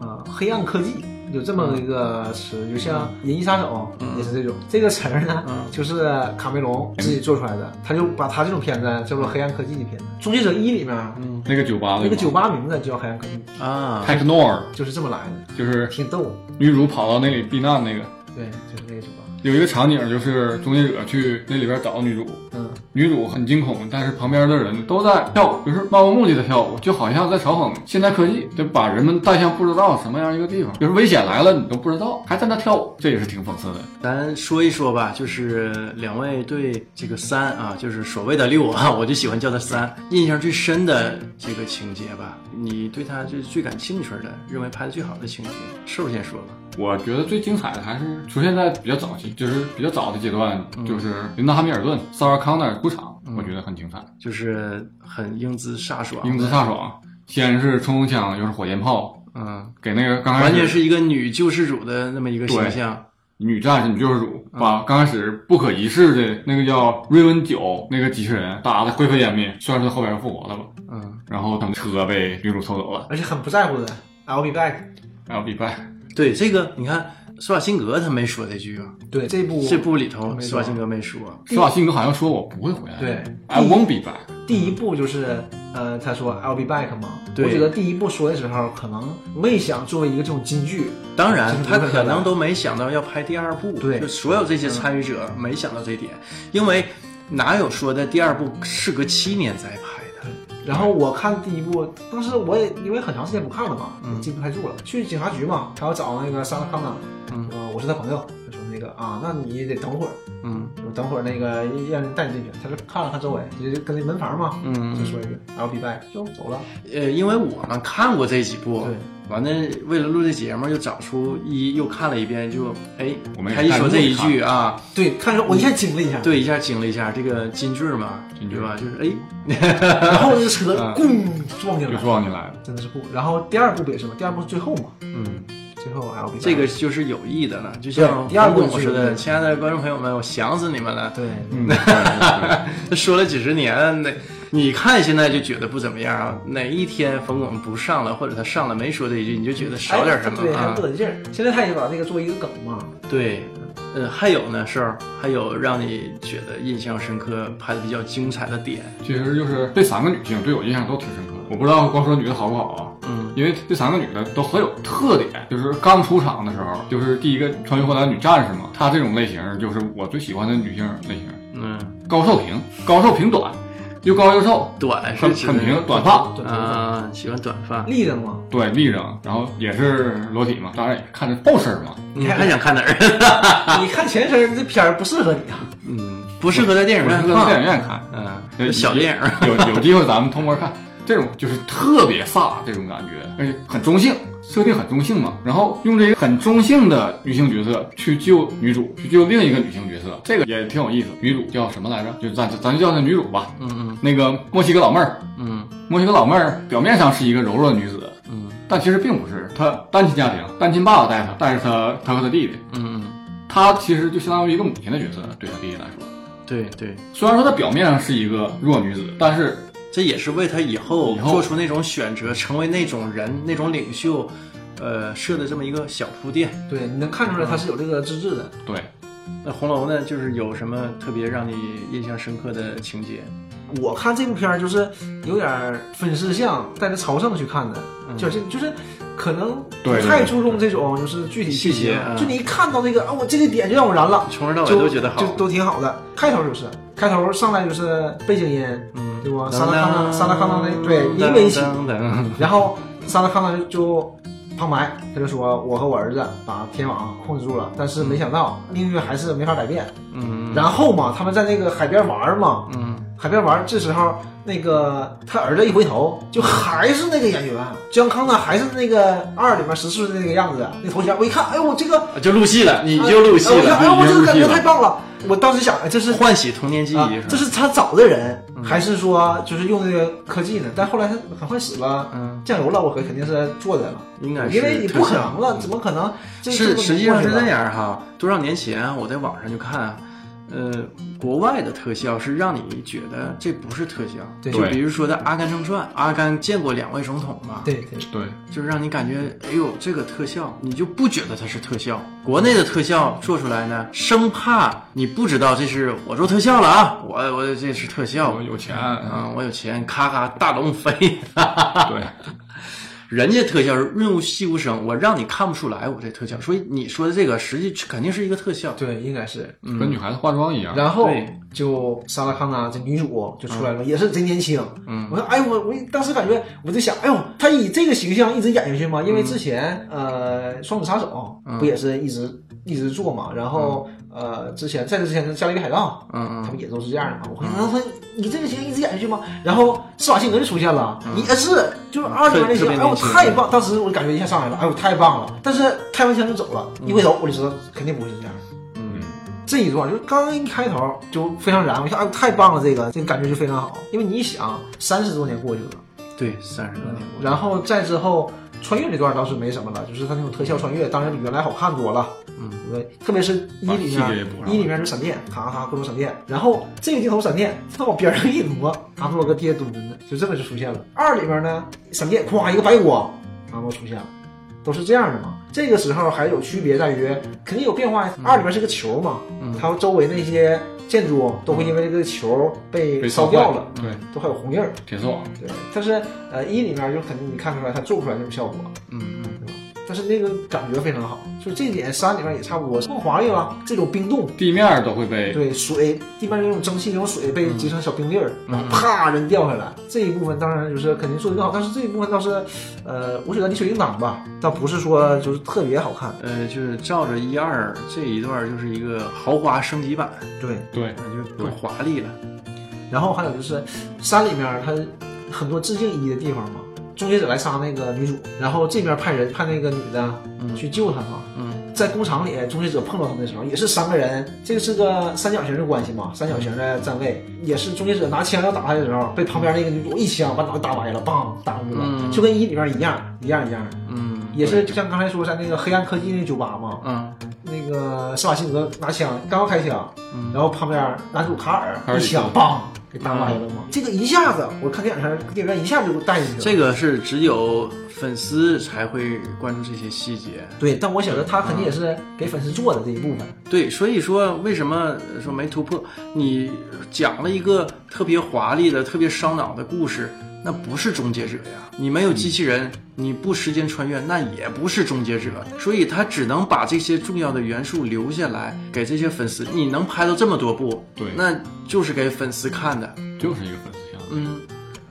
Speaker 2: 呃黑暗科技。有这么一个词，就像《银翼杀手》也是这种。这个词儿呢，
Speaker 1: 嗯
Speaker 2: 就是卡梅隆自己做出来的，他就把他这种片子叫做黑暗科技的片子。《终结者一》里面
Speaker 3: 那个酒吧的
Speaker 2: 嗯那个酒吧名字叫黑暗科技，
Speaker 1: 啊，
Speaker 3: Technor，
Speaker 2: 就是这么来的，
Speaker 3: 就是
Speaker 2: 挺逗。
Speaker 3: 女主跑到那里避难那个。
Speaker 2: 对，就是那个酒吧。
Speaker 3: 有一个场景就是终结者去那里边找女主，
Speaker 2: 嗯，
Speaker 3: 女主很惊恐，但是旁边的人都在跳舞，就是漫无目的的跳舞，就好像在嘲讽现代科技，就把人们带向不知道什么样一个地方， 就是危险来了你都不知道，还在那跳舞，这也是挺讽刺的。
Speaker 1: 咱说一说吧，就是两位对这个三啊，就是所谓的六啊，我就喜欢叫它三，印象最深的这个情节吧，你对它就是最感兴趣的，认为拍的最好的情节，瘦先说吧。
Speaker 3: 我觉得最精彩的还是出现在比较早期，就是比较早的阶段，就是琳达·汉密尔顿、萨尔·康纳尔出场，我觉得很精彩，
Speaker 1: 就是很英姿飒爽，
Speaker 3: 英姿飒爽。先是冲锋枪，又是火箭炮，
Speaker 1: 嗯，
Speaker 3: 给那个刚开始
Speaker 1: 完全是一个女救世主的那么一个形
Speaker 3: 对
Speaker 1: 象。
Speaker 3: 女战士、女救世主，
Speaker 1: 嗯
Speaker 3: 把刚开始不可一世的那个叫瑞文九那个机器人打得灰飞烟灭，虽然说后边又复活了吧，
Speaker 1: 嗯，
Speaker 3: 然后他们车被女主偷走了，
Speaker 2: 而且很不在乎的，I'll be back。
Speaker 3: 然后比败，
Speaker 1: 对这个，你看施瓦辛格他没说这句啊，
Speaker 2: 对，这部
Speaker 1: 这部里头
Speaker 2: 没说
Speaker 1: 施瓦辛格没说，
Speaker 3: 施瓦辛格好像说我不会回来，
Speaker 2: 对
Speaker 3: ，I won't be back，
Speaker 2: 第一部就是呃，他说 I'll be back 嘛。
Speaker 1: 嗯对
Speaker 2: 我觉得第一部说的时候，可能没想作为一个这种金句，
Speaker 1: 当然，
Speaker 2: 就是
Speaker 1: 他
Speaker 2: 不会
Speaker 1: 可
Speaker 2: 回来
Speaker 1: 能都没想到要拍第二部，
Speaker 2: 对
Speaker 1: 就所有这些参与者没想到这一点，因为哪有说的第二部事隔七年才拍的？
Speaker 2: 然后我看第一部，当时我也因为很长时间不看了嘛，记不太住了。去警察局嘛，他要找那个莎拉康纳，
Speaker 1: 嗯
Speaker 2: 呃，我是他朋友，他说那个啊，那你得等会儿，
Speaker 1: 嗯
Speaker 2: 我等会儿那个让人带你进去。他就看了看周围，就是跟那门房嘛，就
Speaker 1: 嗯，
Speaker 2: 说一句 I'll be back，就走了。
Speaker 1: 呃，因为我们看过这几部，
Speaker 2: 对，
Speaker 1: 完了为了录这节目，又找出一又看了一遍，就哎
Speaker 3: 我，们也
Speaker 1: 他一说这一句啊，
Speaker 2: 对，看着我一下惊了一下，，
Speaker 1: 对一下惊了一下，这个金句儿嘛，
Speaker 3: 金句
Speaker 1: 对
Speaker 3: 儿
Speaker 1: 吧？就是哎，
Speaker 2: 然后这个车
Speaker 3: 嗯
Speaker 2: 咣撞进
Speaker 3: 就
Speaker 2: 来，
Speaker 3: 撞进来了，
Speaker 2: 真的是酷。然后第二部不也是吗？第二部是最后嘛，
Speaker 1: 嗯，
Speaker 2: 最后 I'll be back。
Speaker 1: 这个就是有意的了，就像
Speaker 2: 对第二部
Speaker 1: 胡总
Speaker 2: 是
Speaker 1: 说的，
Speaker 2: 有意的
Speaker 1: 亲爱的观众朋友们，我想死你们了。
Speaker 2: 对，
Speaker 3: 嗯，对对对
Speaker 1: 这 说了几十年，那你看现在就觉得不怎么样啊？哪一天冯巩不上了，或者他上了没说这一句，你就觉得少点什么
Speaker 2: 哎对，还
Speaker 1: 啊
Speaker 2: 不？得劲儿。现在他已经把这个作为一个梗嘛，
Speaker 1: 对，呃，还有呢，事儿，还有让你觉得印象深刻、拍的比较精彩的点，
Speaker 3: 其实就是这三个女性对我印象都挺深刻的。我不知道光说女的好不好啊，
Speaker 1: 嗯，
Speaker 3: 因为这三个女的都很有特点，就是刚出场的时候，就是第一个穿越火男女战士嘛，她这种类型就是我最喜欢的女性类型。
Speaker 1: 嗯，
Speaker 3: 高寿平，高寿平短，又高又瘦，
Speaker 1: 短是
Speaker 3: 很
Speaker 1: 指
Speaker 3: 很平，短发，
Speaker 2: 对，
Speaker 1: 啊，喜欢短发，
Speaker 2: 立 正嘛，
Speaker 3: 对，立正，然后也是裸体嘛，当然也看着暴身嘛，
Speaker 1: 你还还想看哪
Speaker 3: 嗯
Speaker 1: 儿？啊
Speaker 2: 你看前身这片儿不适合你啊，
Speaker 1: 嗯，不适合在电影
Speaker 3: 不
Speaker 1: 院
Speaker 3: 是在电
Speaker 1: 看，
Speaker 3: 影院看，
Speaker 1: 嗯，小电影，
Speaker 3: 有有机会咱们偷摸看。 这种就是特别飒这种感觉，而且很中性，设定很中性嘛。然后用这个很中性的女性角色去救女主，去救另一个女性角色，这个也挺有意思。女主叫什么来着？就咱咱就叫她女主吧。
Speaker 1: 嗯嗯
Speaker 3: 那个墨西哥老妹儿，
Speaker 1: 嗯
Speaker 3: 墨西哥老妹儿表面上是一个柔弱的女子，
Speaker 1: 嗯
Speaker 3: 但其实并不是。她单亲家庭，单亲爸爸带她，带着她，她和她弟弟。
Speaker 1: 嗯，
Speaker 3: 她其实就相当于一个母亲的角色，对她弟弟来说。
Speaker 1: 对对，
Speaker 3: 虽然说她表面上是一个弱女子，但是
Speaker 1: 这也是为他以后
Speaker 3: 以后
Speaker 1: 做出那种选择，成为那种人、那种领袖，呃，设的这么一个小铺垫。
Speaker 2: 对，你能看出来他是有这个资质的。
Speaker 3: 对
Speaker 1: 那红楼呢，就是有什么特别让你印象深刻的情节？
Speaker 2: 我看这部片儿就是有点儿分世相，带着朝圣去看的，
Speaker 1: 嗯
Speaker 2: 就是就是可能不
Speaker 3: 对对
Speaker 2: 太
Speaker 3: 对
Speaker 2: 注重这种就是具体
Speaker 1: 细节嗯
Speaker 2: 就你一看到这个啊，我这个点就让我燃了，
Speaker 1: 从头到尾
Speaker 2: 就
Speaker 1: 都觉得好
Speaker 2: 就。都挺好的。开头就是开头上来就是背景音，
Speaker 1: 嗯
Speaker 2: 对吧？沙拉康纳，沙拉康纳那对音乐一起，
Speaker 1: 噔噔噔
Speaker 2: 然后萨拉康纳就就旁白，他就说：“我和我儿子把天网控制住了，但是没想到命运还是没法改变。
Speaker 1: 嗯
Speaker 2: 然后嘛，他们在那个海边玩嘛，
Speaker 1: 嗯
Speaker 2: 海边玩，这时候那个他儿子一回头，就还是那个演员，姜康纳还是那个二里面十四岁的那个样子，那头衔。我一看，哎呦，我 这个，
Speaker 1: 就入戏了，你就入戏
Speaker 2: 哎我一看，
Speaker 1: 了，
Speaker 2: 哎呦，我这个感
Speaker 3: 你就入戏
Speaker 2: 觉
Speaker 3: 了
Speaker 2: 太棒了。我当时想，哎，这是
Speaker 1: 唤起童年记
Speaker 2: 啊
Speaker 1: 忆，
Speaker 2: 这
Speaker 1: 是吧
Speaker 2: 是他找的人，还是说就是用那个科技呢？但后来他很快死了，
Speaker 1: 嗯，
Speaker 2: 酱油了，我肯肯定是做的了，
Speaker 1: 应该是
Speaker 2: 因为你不可能了，怎么可能？这
Speaker 1: 是实际上是这
Speaker 2: 样，
Speaker 1: 样哈。多少年前啊我在网上就看啊，呃，国外的特效是让你觉得这不是特效，
Speaker 2: 对
Speaker 1: 就比如说在《阿甘正传》，阿甘见过两位总统嘛，
Speaker 2: 对对，
Speaker 3: 对，
Speaker 1: 就是让你感觉，哎呦，这个特效，你就不觉得它是特效。国内的特效做出来呢，生怕你不知道这是我做特效了啊，我我这是特效
Speaker 3: 我，有钱，啊
Speaker 1: 嗯，我有钱，咔咔大龙飞，
Speaker 2: 啊
Speaker 3: 对。
Speaker 1: 人家特效是润物细无声，我让你看不出来我这特效，所以你说的这个实际肯定是一个特效。
Speaker 2: 对，应该是。
Speaker 3: 跟女孩子化妆一样。
Speaker 2: 然后
Speaker 1: 对
Speaker 2: 就莎拉康纳这女主就出来了，也是贼年轻。嗯，我说，哎，我我当时感觉我就想，哎呦，她以这个形象一直演下去吗？因为之前呃，《双子杀手》不也是一直一直做嘛？然后呃，之前在这之前是《加勒比海盗》，
Speaker 1: 嗯
Speaker 2: 他
Speaker 1: 嗯，
Speaker 2: 们也都是这样的嘛。我看他说你这个形象一直演下去吗？然后施瓦辛格就出现了，也是就是二十
Speaker 1: 特
Speaker 2: 多那些，
Speaker 1: 特别
Speaker 2: 哎呦
Speaker 1: 年轻嗯
Speaker 2: 太棒！当时我感觉一下上来了，哎呦太棒了！但是开完枪就走了，一回头我就知道肯定不会是这样。
Speaker 3: 嗯，
Speaker 2: 这一段就刚一开头就非常燃，我一看哎呦太棒了，这个这个感觉就非常好。因为你想三十多年过去了，
Speaker 1: 对，三十多年过去了，
Speaker 2: 然后再之后穿越这段倒是没什么了，就是它那种特效穿越，当然比原来好看多了。
Speaker 1: 嗯
Speaker 2: 对，特别是一里
Speaker 3: 把细节也
Speaker 2: 面
Speaker 3: 补上，了
Speaker 2: 一里面是闪电，咔咔各种闪电，然后这个镜头闪电，他往边上一挪，拿出了个跌墩子，就这么就出现了。二里面呢，闪电咵一个白光，然后出现了，都是这样的嘛。这个时候还有区别在于，肯定有变化呀。
Speaker 3: 嗯
Speaker 2: 二里面是个球嘛，
Speaker 1: 嗯
Speaker 2: 它周围那些建筑都会因为这个球被
Speaker 3: 被
Speaker 2: 烧
Speaker 3: 坏
Speaker 2: 掉了，，
Speaker 3: 对，
Speaker 2: 都还有红印儿。
Speaker 3: 铁丝网，
Speaker 2: 对，但是呃一里面就肯定你看出来它做不出来这种效果，
Speaker 1: 嗯嗯，
Speaker 2: 但是那个感觉非常好，就这点山里面也差不多，更华丽了。这种冰冻，
Speaker 3: 地面儿都会被
Speaker 2: 对水地面那种蒸汽、那种水被结成小冰粒儿，然后啪人掉下来，这一部分当然就是肯定做得更好，但是这一部分倒是，呃，我觉得理所应当吧，倒不是说就是特别好看。
Speaker 1: 呃，就是照着一二这一段就是一个豪华升级版，
Speaker 2: 对，
Speaker 3: 对
Speaker 1: 那就更华丽了。
Speaker 2: 然后还有就是山里面它很多致敬一的地方嘛，终结者来杀那个女主，然后这边派人派那个女的去救她嘛，
Speaker 1: 嗯，
Speaker 2: 在工厂里，终结者碰到他们的时候，也是三个人，这个是个三角形的关系嘛，三角形的站位，
Speaker 1: 嗯
Speaker 2: 也是终结者拿枪要打他的时候，被旁边那个女主一枪把脑袋打歪了，梆打过去了，
Speaker 1: 嗯
Speaker 2: 就跟一里边一样，一样一样，
Speaker 1: 嗯
Speaker 2: 也是就像刚才说在那个黑暗科技那酒吧嘛，
Speaker 1: 嗯
Speaker 2: 那个施瓦辛格拿枪刚开枪，然后旁边男主卡
Speaker 3: 卡
Speaker 2: 尔
Speaker 3: 尔
Speaker 2: 一
Speaker 3: 一
Speaker 2: 枪
Speaker 3: 枪
Speaker 2: 梆给打歪了嘛，这个一下子我看电影上电影院一下就带进去了，
Speaker 1: 这个是只有粉丝才会关注这些细节。
Speaker 2: 对，但我想着他肯定也是给粉丝做的这一部分，
Speaker 1: 对，所以说为什么说没突破？你讲了一个特别华丽的、特别烧脑的故事，那不是终结者呀。你没有机器人，你不时间穿越，那也不是终结者。所以他只能把这些重要的元素留下来给这些粉丝。你能拍到这么多部，
Speaker 3: 对
Speaker 1: 那就是给粉丝看的。
Speaker 3: 就是一个粉丝像，
Speaker 1: 嗯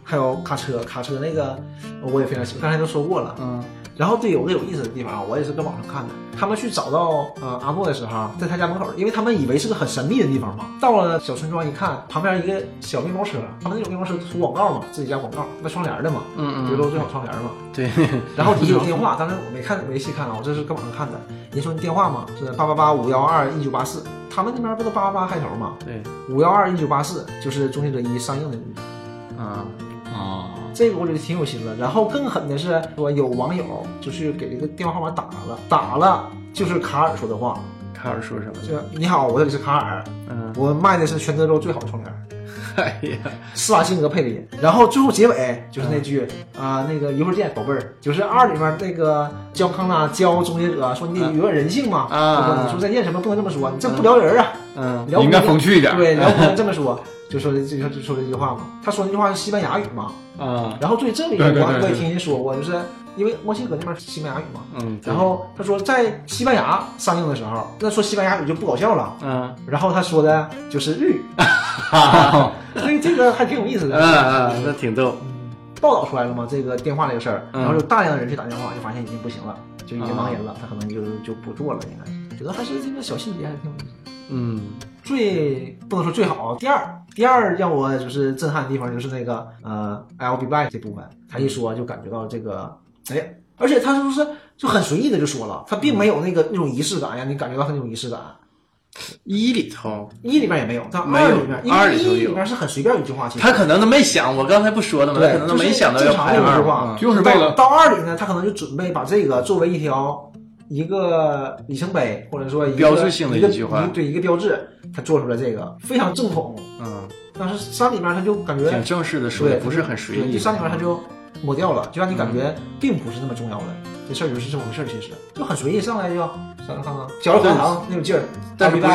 Speaker 2: 还有卡车，卡车那个我也非常喜欢，刚才都说过了。
Speaker 1: 嗯
Speaker 2: 然后对有个有意思的地方啊，我也是在网上看的。他们去找到呃阿诺的时候，在他家门口，因为他们以为是个很神秘的地方嘛。到了小村庄一看，旁边一个小面包车，他们那种面包车涂广告嘛，自己家广告卖窗帘的嘛，
Speaker 1: 嗯
Speaker 2: 德州最好窗帘嘛。
Speaker 1: 对，
Speaker 2: 然后也有电话，当时我没看没细看啊，我这是搁网上看的。人说你电话嘛是八八八五幺二一九八四，他们那边不都八八八开头嘛，
Speaker 1: 对，
Speaker 2: 五幺二一九八四就是《终结者一》上映的日子。
Speaker 1: 啊，
Speaker 2: 嗯
Speaker 3: 啊，
Speaker 2: 这个我觉得挺有心了。然后更狠的是，说有网友就是给这个电话号码打了，打了就是卡尔说的话，
Speaker 1: 卡尔说什么
Speaker 2: 说
Speaker 1: 呢？
Speaker 2: 你好，我这里是卡尔，
Speaker 1: 嗯，
Speaker 2: 我卖的是全德州最好的窗帘，
Speaker 1: 哎呀，
Speaker 2: 施瓦辛格配的音。然后最后结尾就是那句啊、那个一会儿见，宝贝儿，就是二里面那个教康纳教终结者说你得有点人性嘛，
Speaker 1: 啊
Speaker 2: 就说你说再见什么不能这么说，你这不聊人啊，
Speaker 1: 嗯
Speaker 2: 聊
Speaker 3: 你应该风趣一点。
Speaker 2: 对，聊不能这么说。就说这就就说这句话嘛，他说那句话是西班牙语嘛，
Speaker 1: 啊，
Speaker 2: 然后对这里
Speaker 3: 对对对
Speaker 2: 我我也
Speaker 3: 对
Speaker 2: 听人说过，就是因为墨西哥那边是西班牙语嘛。
Speaker 1: 嗯，对
Speaker 2: 然，后他说在西班牙上映的时候，那说西班牙语就不搞笑了。
Speaker 1: 嗯，
Speaker 2: 然后他说的就是日 语，所以这个还挺有意思
Speaker 1: 嗯
Speaker 2: 的。
Speaker 1: 嗯，那挺逗，
Speaker 2: 报道出来了嘛，这个电话这个事儿，
Speaker 1: 嗯啊
Speaker 2: 然后有大量的人去打电话，就发现已经不行了，就已经忙人了，他可能就就不做了，应该。觉得还是这个小细节还挺有意思的。
Speaker 1: 嗯
Speaker 2: 最不能说最好，啊第二第二让我就是震撼的地方就是那个呃，I'll be back 这部分，他一说就感觉到这个，哎呀，而且他就是就很随意的就说了，他并没有那个那种仪式感呀，你感觉到他那种仪式感。
Speaker 1: 一里头，
Speaker 2: 一里边也没有，但
Speaker 1: 没有
Speaker 2: 二里边，因
Speaker 1: 二
Speaker 2: 为
Speaker 1: 里头
Speaker 2: 一
Speaker 1: 有
Speaker 2: 里边是很随便一句话，其实
Speaker 1: 他可能都没想，我刚才不说了吗？他
Speaker 2: 对
Speaker 1: 可能都
Speaker 2: 就是
Speaker 1: 没想到要
Speaker 2: 正常
Speaker 1: 拍
Speaker 2: 的一
Speaker 1: 二
Speaker 2: 句话
Speaker 1: 嘛，
Speaker 3: 就是为了
Speaker 2: 到到二里呢，他可能就准备把这个作为一条一个里程碑，或者说一个
Speaker 1: 标志性的
Speaker 2: 一个
Speaker 1: 一句话
Speaker 2: 一个对一个标志，他做出来这个非常正统。
Speaker 1: 嗯，
Speaker 2: 但是山里面他就感觉
Speaker 1: 挺正式的说，
Speaker 2: 嗯对
Speaker 1: 也不是很随
Speaker 2: 对
Speaker 1: 意。
Speaker 2: 第三里面他就抹掉了，就让你感
Speaker 3: 嗯
Speaker 2: 觉并不是那么重要的。这事儿就是这么回事儿，其实就很随意，上来就上来看看，小儿
Speaker 1: 对
Speaker 2: 含糖那种劲儿，
Speaker 1: 但是不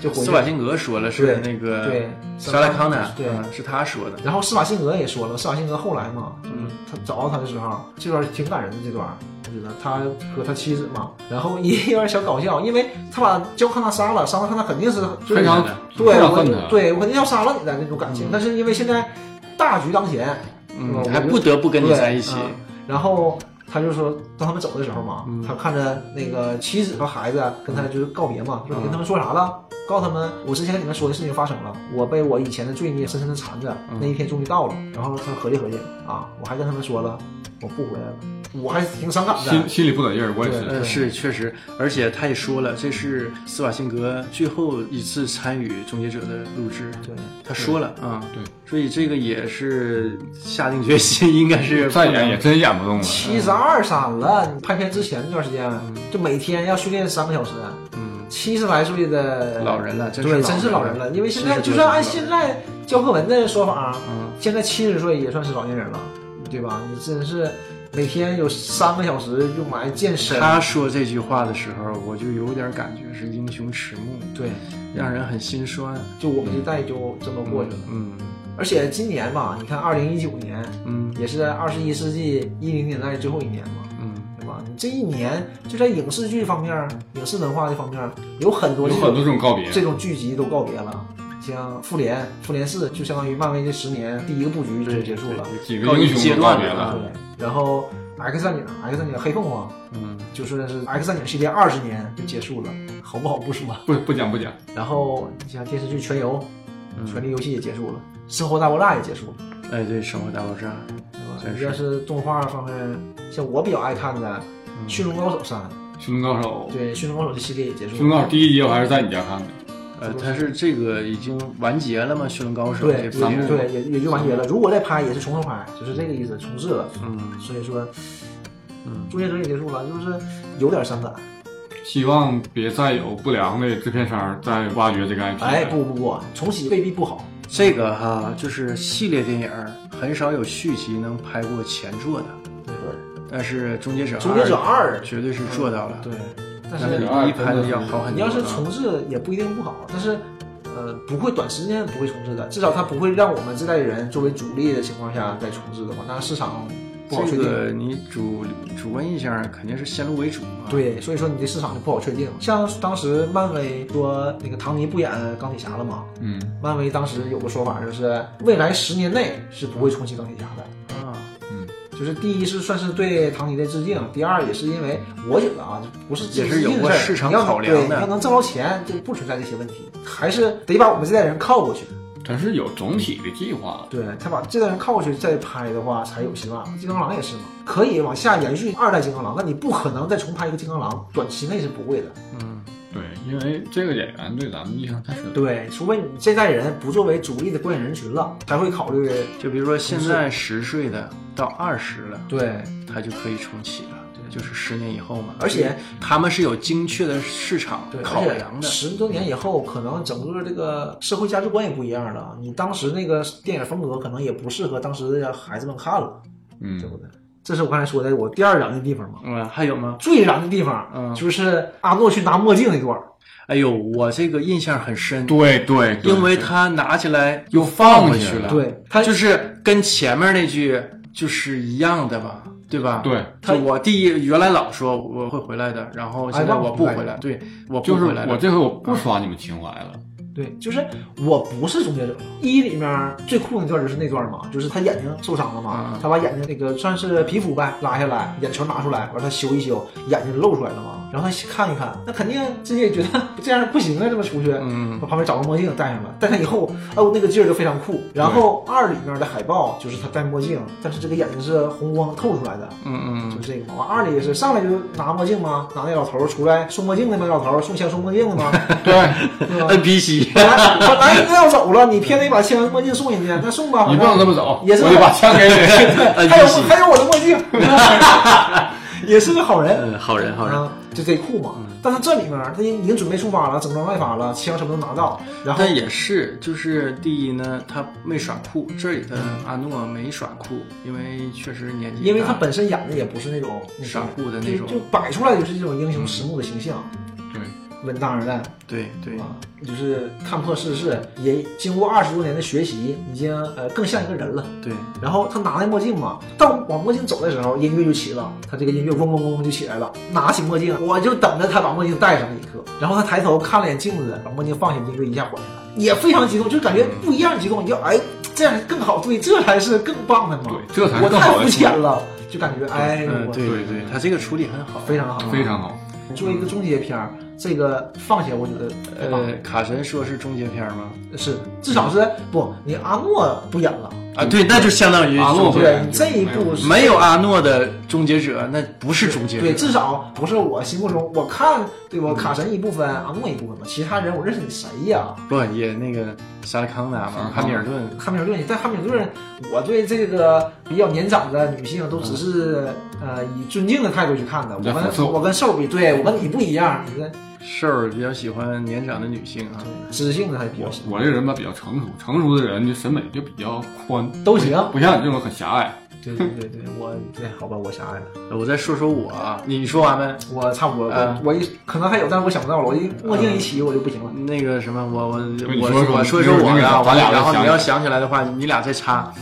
Speaker 2: 就
Speaker 1: 是
Speaker 2: 回去
Speaker 1: 斯瓦辛格说了，是那
Speaker 3: 呃
Speaker 1: 个
Speaker 2: 对
Speaker 1: 沙拉康纳，
Speaker 2: 对
Speaker 1: 嗯是他说的。
Speaker 2: 然后施瓦辛格也说了，施瓦辛格后来嘛，就是
Speaker 1: 嗯
Speaker 2: 他找到他的时候，啊这段挺感人的。这段我觉得他和他妻子嘛，然后也有点小搞笑，因为他把焦康纳杀了，杀了他，他肯定是就
Speaker 3: 非
Speaker 2: 是
Speaker 3: 常
Speaker 2: 对
Speaker 3: 非常
Speaker 2: 我
Speaker 3: 恨他，嗯
Speaker 2: 对我肯定要杀了你的那种感情。但是因为现在大局当前，
Speaker 1: 嗯
Speaker 2: 我，
Speaker 1: 还不得不跟你
Speaker 2: 对
Speaker 1: 在一起。
Speaker 2: 嗯然后他就说，当他们走的时候嘛，
Speaker 1: 嗯
Speaker 2: 他看着那个妻子和孩子啊跟他就是告别嘛，说你跟他
Speaker 1: 嗯
Speaker 2: 们说啥了？告诉他们，我之前跟你们说的事情发生了，我被我以前的罪孽深深的缠着，
Speaker 1: 嗯
Speaker 2: 那一天终于到了。然后他合计合计啊，我还跟他们说了，我不回来了，我还挺伤感的
Speaker 3: 心。心里不得劲儿，我也
Speaker 2: 对啊
Speaker 3: 是。
Speaker 1: 嗯，是确实，而且他也说了，这是斯瓦辛格最后一次参与《终结者》的录制，
Speaker 2: 对，
Speaker 1: 他说了啊，
Speaker 3: 对，
Speaker 1: 所以这个也是下定决心，应该是
Speaker 3: 再演也真演不动了。
Speaker 2: 七十二闪了，你拍片之前那段时间，就每天要训练三个小时。
Speaker 1: 嗯
Speaker 2: 七十来岁的
Speaker 1: 老人了，真
Speaker 2: 对，
Speaker 1: 真
Speaker 2: 真
Speaker 1: 是
Speaker 2: 是老人
Speaker 1: 人
Speaker 2: 了，因为现在
Speaker 1: 70
Speaker 2: 就算按
Speaker 1: 多岁
Speaker 2: 现
Speaker 1: 的
Speaker 2: 在教课文的说法，啊
Speaker 1: 嗯
Speaker 2: 现在七十岁也算是老年人了，对吧？你真是每天有三个小时用来健身，
Speaker 1: 他说这句话的时候，我就有点感觉是英雄迟暮，
Speaker 2: 对，
Speaker 1: 让人很心酸。
Speaker 2: 就我们这代就这么过去了。
Speaker 1: 嗯
Speaker 2: 而且今年吧，你看二零一九年
Speaker 1: 嗯
Speaker 2: 也是二十一世纪一零年代最后一年嘛。
Speaker 1: 嗯，
Speaker 2: 对吧？你这一年就在影视剧方面、影视文化这方面，有很多
Speaker 3: 有
Speaker 2: 这
Speaker 3: 很多
Speaker 2: 种
Speaker 3: 这种告别，
Speaker 2: 这种剧集都告别了，像《复联》，《复联四》就相当于漫威这十年第一个布局就结束了。
Speaker 3: 几个英雄都告别了。
Speaker 2: 对，然后 X 战警，X 战警黑凤凰，
Speaker 1: 嗯，
Speaker 2: 就说的是 X 战警系列二十年就结束了，好不好不说。啊
Speaker 3: 不不讲不讲，
Speaker 2: 然后你像电视剧《全游》
Speaker 3: 嗯
Speaker 2: 权力游戏》也结束了，《生活大爆炸》也结束了，
Speaker 1: 哎，对，《生活大爆炸》
Speaker 2: 对吧？
Speaker 1: 真是
Speaker 2: 要是动画方面，像我比较爱看的
Speaker 3: 嗯
Speaker 2: 《驯龙高手三》，
Speaker 3: 《驯龙高手》《
Speaker 2: 对，《驯龙高手》这系列也结束了。
Speaker 3: 驯龙高手》第一集我还是在你家看的，
Speaker 1: 呃，他是这个已经完结了吗？《驯龙高手》
Speaker 2: 对，
Speaker 1: 这部
Speaker 2: 也对，也也就完结了。如果再拍，也是从头拍，就是这个意思，重置了。
Speaker 1: 嗯
Speaker 2: 所以说，嗯，终结者也结束了，就是有点伤感。
Speaker 3: 希望别再有不良的制片商再挖掘这个 IP。
Speaker 2: 哎，，不不不，重启未必不好。
Speaker 1: 这个哈，就是系列电影儿很少有续集能拍过前作的，
Speaker 2: 对不对？
Speaker 1: 但是《终结者二》
Speaker 2: 终结者二
Speaker 1: 绝对是做到了，
Speaker 2: 对，但
Speaker 1: 但是
Speaker 2: 是
Speaker 1: 比一拍的啊要好很多。
Speaker 2: 你要是重置也不一定不好，但是呃不会短时间不会重置的，至少它不会让我们这代人作为主力的情况下再重置的话，那市场不好
Speaker 1: 这
Speaker 2: 确定。
Speaker 1: 个你主主观印象肯定是先入为主嘛。，
Speaker 2: 对，所以说你这市场就不好确定。像当时漫威说那个唐尼不演钢铁侠了嘛，
Speaker 3: 嗯，
Speaker 2: 漫威当时有个说法就是未来十年内是不会重启钢铁侠的，
Speaker 1: 啊，
Speaker 2: 就是第一是算是对唐尼的致敬，第二也是因为我觉得啊，就不是致
Speaker 1: 也是有
Speaker 2: 敬
Speaker 1: 过
Speaker 2: 事儿
Speaker 1: 市场
Speaker 2: 你要
Speaker 1: 考量的
Speaker 2: 对你要能挣着钱，就不存在这些问题，还是得把我们这代人靠过去。
Speaker 3: 它是有总体的计划的。
Speaker 2: 对他把这代人靠过去再拍的话才有希望。金刚狼也是嘛，可以往下延续二代金刚狼，但你不可能再重拍一个金刚狼，短期内是不会的。
Speaker 1: 嗯，
Speaker 3: 对，因为这个演员对咱们印象太深了。
Speaker 2: 对，除非你这代人不作为主力的关键人群了，才会考虑。
Speaker 1: 就比如说现在十岁的到二十了，
Speaker 2: 对，
Speaker 1: 他就可以重启了，就是十年以后嘛。
Speaker 2: 而且
Speaker 1: 他们是有精确的市场
Speaker 2: 对，
Speaker 1: 考量的。
Speaker 2: 十多年以后，可能整个这个社会价值观也不一样了，你当时那个电影风格可能也不适合当时的孩子们看了，对
Speaker 3: 嗯，
Speaker 2: 不对？这是我刚才说的我第二燃的地方嘛。
Speaker 1: 嗯，还有吗？
Speaker 2: 最燃的地方，
Speaker 1: 嗯
Speaker 2: 就是阿诺去拿墨镜那段儿，
Speaker 1: 哎呦，我这个印象很深，
Speaker 3: 对对，对
Speaker 1: 因为他拿起来又
Speaker 3: 放
Speaker 1: 回
Speaker 3: 下
Speaker 1: 去
Speaker 3: 了
Speaker 1: 了。
Speaker 2: 对他
Speaker 1: 就是跟前面那句就是一样的吧，对吧？
Speaker 3: 对，
Speaker 1: 就我第一原来老说我会回来的，然后现在我不回来，对，我不
Speaker 3: 就是
Speaker 1: 回来了
Speaker 3: 我这回我不刷你们情怀 了。
Speaker 2: 对，就是我不是终结者一里面最酷那段就是那段嘛，就是他眼睛受伤了嘛，
Speaker 1: 嗯
Speaker 2: 他把眼睛那个算是皮肤呗拉下来，眼球拿出来，完他修一修，眼睛露出来了嘛，然后他看一看，那肯定自己也觉得 这样不行啊，这么出去，
Speaker 1: 嗯
Speaker 2: 我旁边找个墨镜戴上了，戴上以后，哦，那个劲儿就非常酷。然后二里面的海报就是他戴墨镜，但是这个眼睛是红光透出来的，
Speaker 1: 嗯嗯
Speaker 2: 就这个嘛。完二里也是上来就拿墨镜嘛，拿那老头儿出来送墨镜的那老头儿送枪送墨镜 的嘛，
Speaker 3: 对，
Speaker 2: 对吧？
Speaker 1: ，NPC
Speaker 2: 本来本来应该要走了，你偏得把枪墨镜送人家，那送吧。
Speaker 3: 你不
Speaker 2: 反
Speaker 3: 能
Speaker 2: 正
Speaker 3: 这么走，
Speaker 2: 也是
Speaker 3: 我得把枪给你。
Speaker 2: 对， 还有
Speaker 1: NPC
Speaker 2: 还有我的墨镜， 也是个好人。
Speaker 1: 嗯，好人好人，嗯
Speaker 2: 啊，就贼酷嘛！但是这里面他已经准备出发了，整装待发了，枪什么都拿到，然后
Speaker 1: 但也是，就是第一呢，他没耍酷，这里的阿诺没耍酷，因为确实年纪大，
Speaker 2: 因为他本身演的也不是那种那
Speaker 1: 耍
Speaker 2: 种
Speaker 1: 酷嗯的那
Speaker 2: 就
Speaker 1: 种嗯
Speaker 2: 就，摆出来就是这种英雄迟暮的形象，
Speaker 3: 对，
Speaker 2: 稳当而战
Speaker 1: 对对，
Speaker 2: 啊，就是看破世事，也经过二十多年的学习，已经呃更像一个人了。
Speaker 1: 对，
Speaker 2: 然后他拿那墨镜嘛，到往墨镜走的时候，音乐就起了，他这个音乐嗡嗡嗡嗡就起来了。拿起墨镜，我就等着他把墨镜戴上那一刻。然后他抬头看了眼镜子，把墨镜放下，音乐一下缓下来，也非常激动，就感觉不一样激动，你就哎，这样更好，对，这才是更棒的嘛。
Speaker 3: 对这才是
Speaker 2: 我
Speaker 3: 更好
Speaker 2: 太
Speaker 3: 的
Speaker 2: 肤浅了，就感觉哎，
Speaker 1: 嗯
Speaker 2: 我
Speaker 1: 对
Speaker 3: 对
Speaker 1: 对，他这个处理很好，
Speaker 2: 非常好。
Speaker 3: 非常好。
Speaker 2: 作为一个终结片儿，这个放下我觉得太棒了
Speaker 1: 呃，卡神说是终结篇吗？
Speaker 2: 是至少是不，你阿诺不演了，
Speaker 1: 啊，对，那就相当于
Speaker 3: 阿
Speaker 1: 终
Speaker 3: 诺会
Speaker 1: 结
Speaker 2: 对，你这一部是
Speaker 1: 没有阿诺的终结者，那不是终结者，
Speaker 2: 对，至少不是我心目中，我看对吧？卡神一部分，阿诺一部分嘛，其他人我认识你谁呀？
Speaker 1: 不也那个沙利康纳嘛，汉密尔顿，
Speaker 2: 汉密尔顿，你在汉密尔顿，我对这个比较年长的女性都只是、呃以尊敬的态度去看的。我
Speaker 3: 在讽刺
Speaker 2: 跟
Speaker 3: 我
Speaker 2: 我跟瘦比，对我跟你不一样，你这
Speaker 1: 瘦儿比较喜欢年长的女性啊，
Speaker 2: 知性的还比较
Speaker 3: 我
Speaker 2: 少，
Speaker 3: 我这个人吧比较成熟，成熟的人就审美就比较宽，
Speaker 2: 都行。
Speaker 3: 不像你这种很狭隘。
Speaker 2: 对对对对，我对好吧，我狭隘了，
Speaker 1: 我再说说我啊，你说完没？
Speaker 2: 我差不多，
Speaker 1: 啊
Speaker 2: 我我一可能还有，但是我想不到了，我
Speaker 1: 嗯
Speaker 2: 一墨镜一起我就不行了。
Speaker 1: 那个什么，我我
Speaker 3: 你
Speaker 1: 我
Speaker 3: 说说
Speaker 1: 我说说我
Speaker 3: 你
Speaker 1: 的啊，
Speaker 3: 说咱俩
Speaker 1: 我然后
Speaker 3: 再
Speaker 1: 你
Speaker 3: 想嗯起来
Speaker 1: 要想起来的话，你俩再插。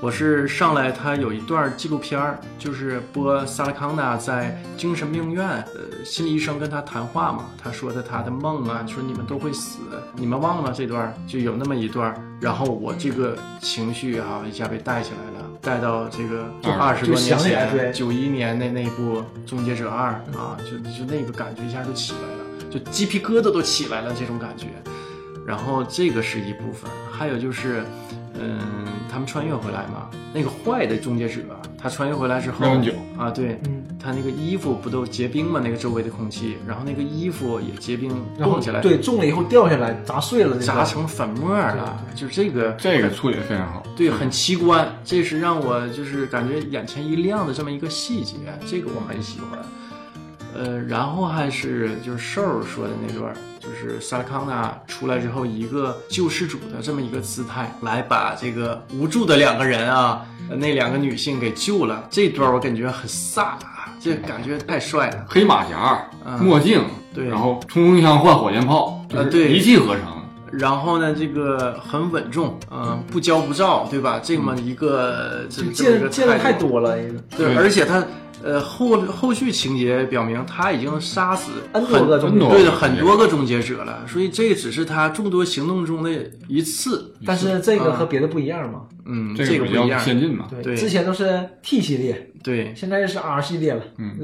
Speaker 1: 我是上来，他有一段纪录片儿，就是播萨拉康纳在精神病院，呃，心理医生跟他谈话嘛，他说的他的梦啊，说你们都会死，你们忘了这段儿，就有那么一段儿。然后我这个情绪哈、一下被带起来了，带到这个
Speaker 3: 嗯
Speaker 1: 二十多
Speaker 2: 啊就
Speaker 1: 年
Speaker 2: 想起来
Speaker 1: 前，
Speaker 2: 对
Speaker 1: 九一年那那部《终结者二》啊，就就那个感觉一下就起来了，就鸡皮疙瘩都起来了这种感觉。然后这个是一部分，还有就是，嗯，他们穿越回来嘛，那个坏的终结者，他穿越回来之后，
Speaker 3: 609
Speaker 1: 啊，对，
Speaker 2: 嗯，
Speaker 1: 他那个衣服不都结冰嘛，那个周围的空气，然后那个衣服也结冰
Speaker 2: 然后
Speaker 1: 冻起来，
Speaker 2: 对中了以后掉下来砸碎了，这个
Speaker 1: 砸成粉末了，就这个
Speaker 3: 这个处理得非常好。
Speaker 1: 对，很奇观，这是让我就是感觉眼前一亮的这么一个细节，这个我很喜欢。呃，然后还是就是瘦儿说的那段儿，就是萨拉康纳出来之后，一个救世主的这么一个姿态，来把这个无助的两个人啊，呃那两个女性给救了。这段儿我感觉很飒，啊这感觉太帅了。
Speaker 3: 黑马甲、
Speaker 1: 嗯
Speaker 3: 墨镜，
Speaker 1: 对
Speaker 3: 然后冲锋枪换火箭炮，
Speaker 1: 呃
Speaker 3: 就是
Speaker 1: 对
Speaker 3: 一气呵成。
Speaker 1: 然后呢，这个很稳重，嗯、不骄不躁，对吧？这么一个这
Speaker 2: 就
Speaker 1: 这么一
Speaker 2: 见
Speaker 1: 个
Speaker 2: 见的太
Speaker 1: 度
Speaker 2: 多了，
Speaker 1: 对，
Speaker 3: 对
Speaker 1: 而且他呃后后续情节表明他已经杀死
Speaker 2: N 多
Speaker 1: 很
Speaker 2: 个中
Speaker 3: 间
Speaker 1: 对的
Speaker 3: 者
Speaker 1: 很多个终结者了，所以这只是他众多行动中的一次，
Speaker 2: 但是这个和别的不一样嘛。
Speaker 1: 嗯，
Speaker 3: 这
Speaker 1: 个不
Speaker 3: 个比
Speaker 1: 一
Speaker 3: 较
Speaker 1: 样，
Speaker 3: 先进嘛，
Speaker 1: 对
Speaker 2: 之前都是 T 系列，
Speaker 1: 对，
Speaker 2: 现在是 R 系列了。
Speaker 3: 嗯，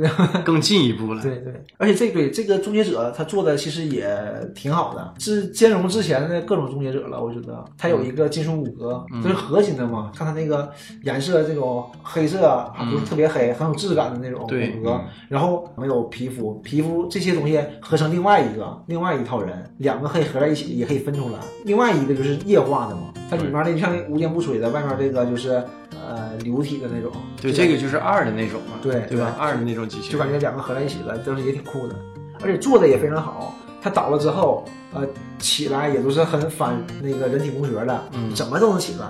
Speaker 1: 更进一步了，
Speaker 2: 对对，而且这对这个终结者他做的其实也挺好的，是兼容之前的各种终结者了。我觉得他有一个金属骨骼，
Speaker 1: 嗯
Speaker 2: 都是合金的嘛。看他那个颜色，这种黑色啊不是特别黑，很有质感的那种
Speaker 1: 嗯
Speaker 2: 骨
Speaker 1: 对嗯
Speaker 2: 骼。然后没有皮肤，皮肤这些东西合成另外一个另外一套人，两个可以合在一起，也可以分出来。另外一个就是液化的嘛，它里面那就像无坚不摧的，外面这个就是呃流体的那种。
Speaker 1: 对，
Speaker 2: 这
Speaker 1: 这个就是二的那种嘛，
Speaker 2: 对
Speaker 1: 对吧？
Speaker 2: 对
Speaker 1: 二的那种机器
Speaker 2: 就感觉两个合在一起了，当时也挺酷的，而且做的也非常好。他倒了之后，呃，起来也都是很反那个人体工学的，
Speaker 1: 嗯
Speaker 2: 怎么都能起来，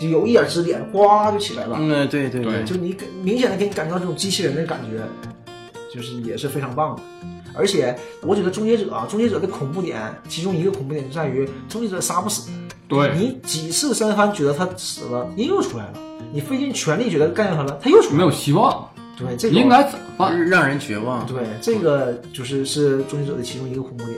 Speaker 2: 就有一点支点，哗就起来了，
Speaker 1: 嗯，对对
Speaker 3: 对
Speaker 2: 就你给明显的给你感觉到这种机器人的感觉，就是也是非常棒的。而且我觉得终结者啊，终结者的恐怖点，其中一个恐怖点就在于终结者杀不死，
Speaker 3: 对，
Speaker 2: 你几次三番觉得他死了，人又出来了，你费尽全力觉得干掉他了，他又出来
Speaker 3: 没
Speaker 2: 了，
Speaker 3: 有希望，
Speaker 2: 对，这个
Speaker 3: 应该怎么办？
Speaker 1: 让人绝望。
Speaker 2: 对，这个就是是终结者的其中一个恐怖点。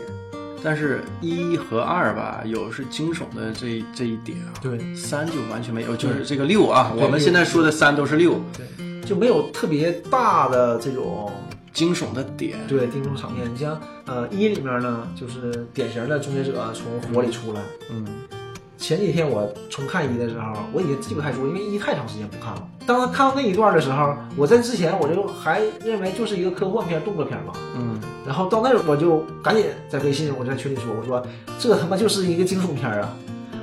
Speaker 1: 但是，一和二吧，有是惊悚的这这一点啊，
Speaker 2: 对
Speaker 1: 三就完全没有，就是这个六啊，
Speaker 2: 嗯对
Speaker 1: 我们现在说的三都是六
Speaker 2: 对，就没有特别大的这种
Speaker 1: 惊悚的点，
Speaker 2: 对定种场面。你像呃一里面呢，就是典型的终结者啊从火里出来。
Speaker 1: 嗯，
Speaker 2: 前几天我重看一的时候，我已经记不太住，因为一太长时间不看了。当他看到那一段的时候，我在之前我就还认为就是一个科幻片、动作片嘛。
Speaker 1: 嗯，
Speaker 2: 然后到那儿我就赶紧在微信，我就在群里说，我说这他妈就是一个惊悚片儿啊！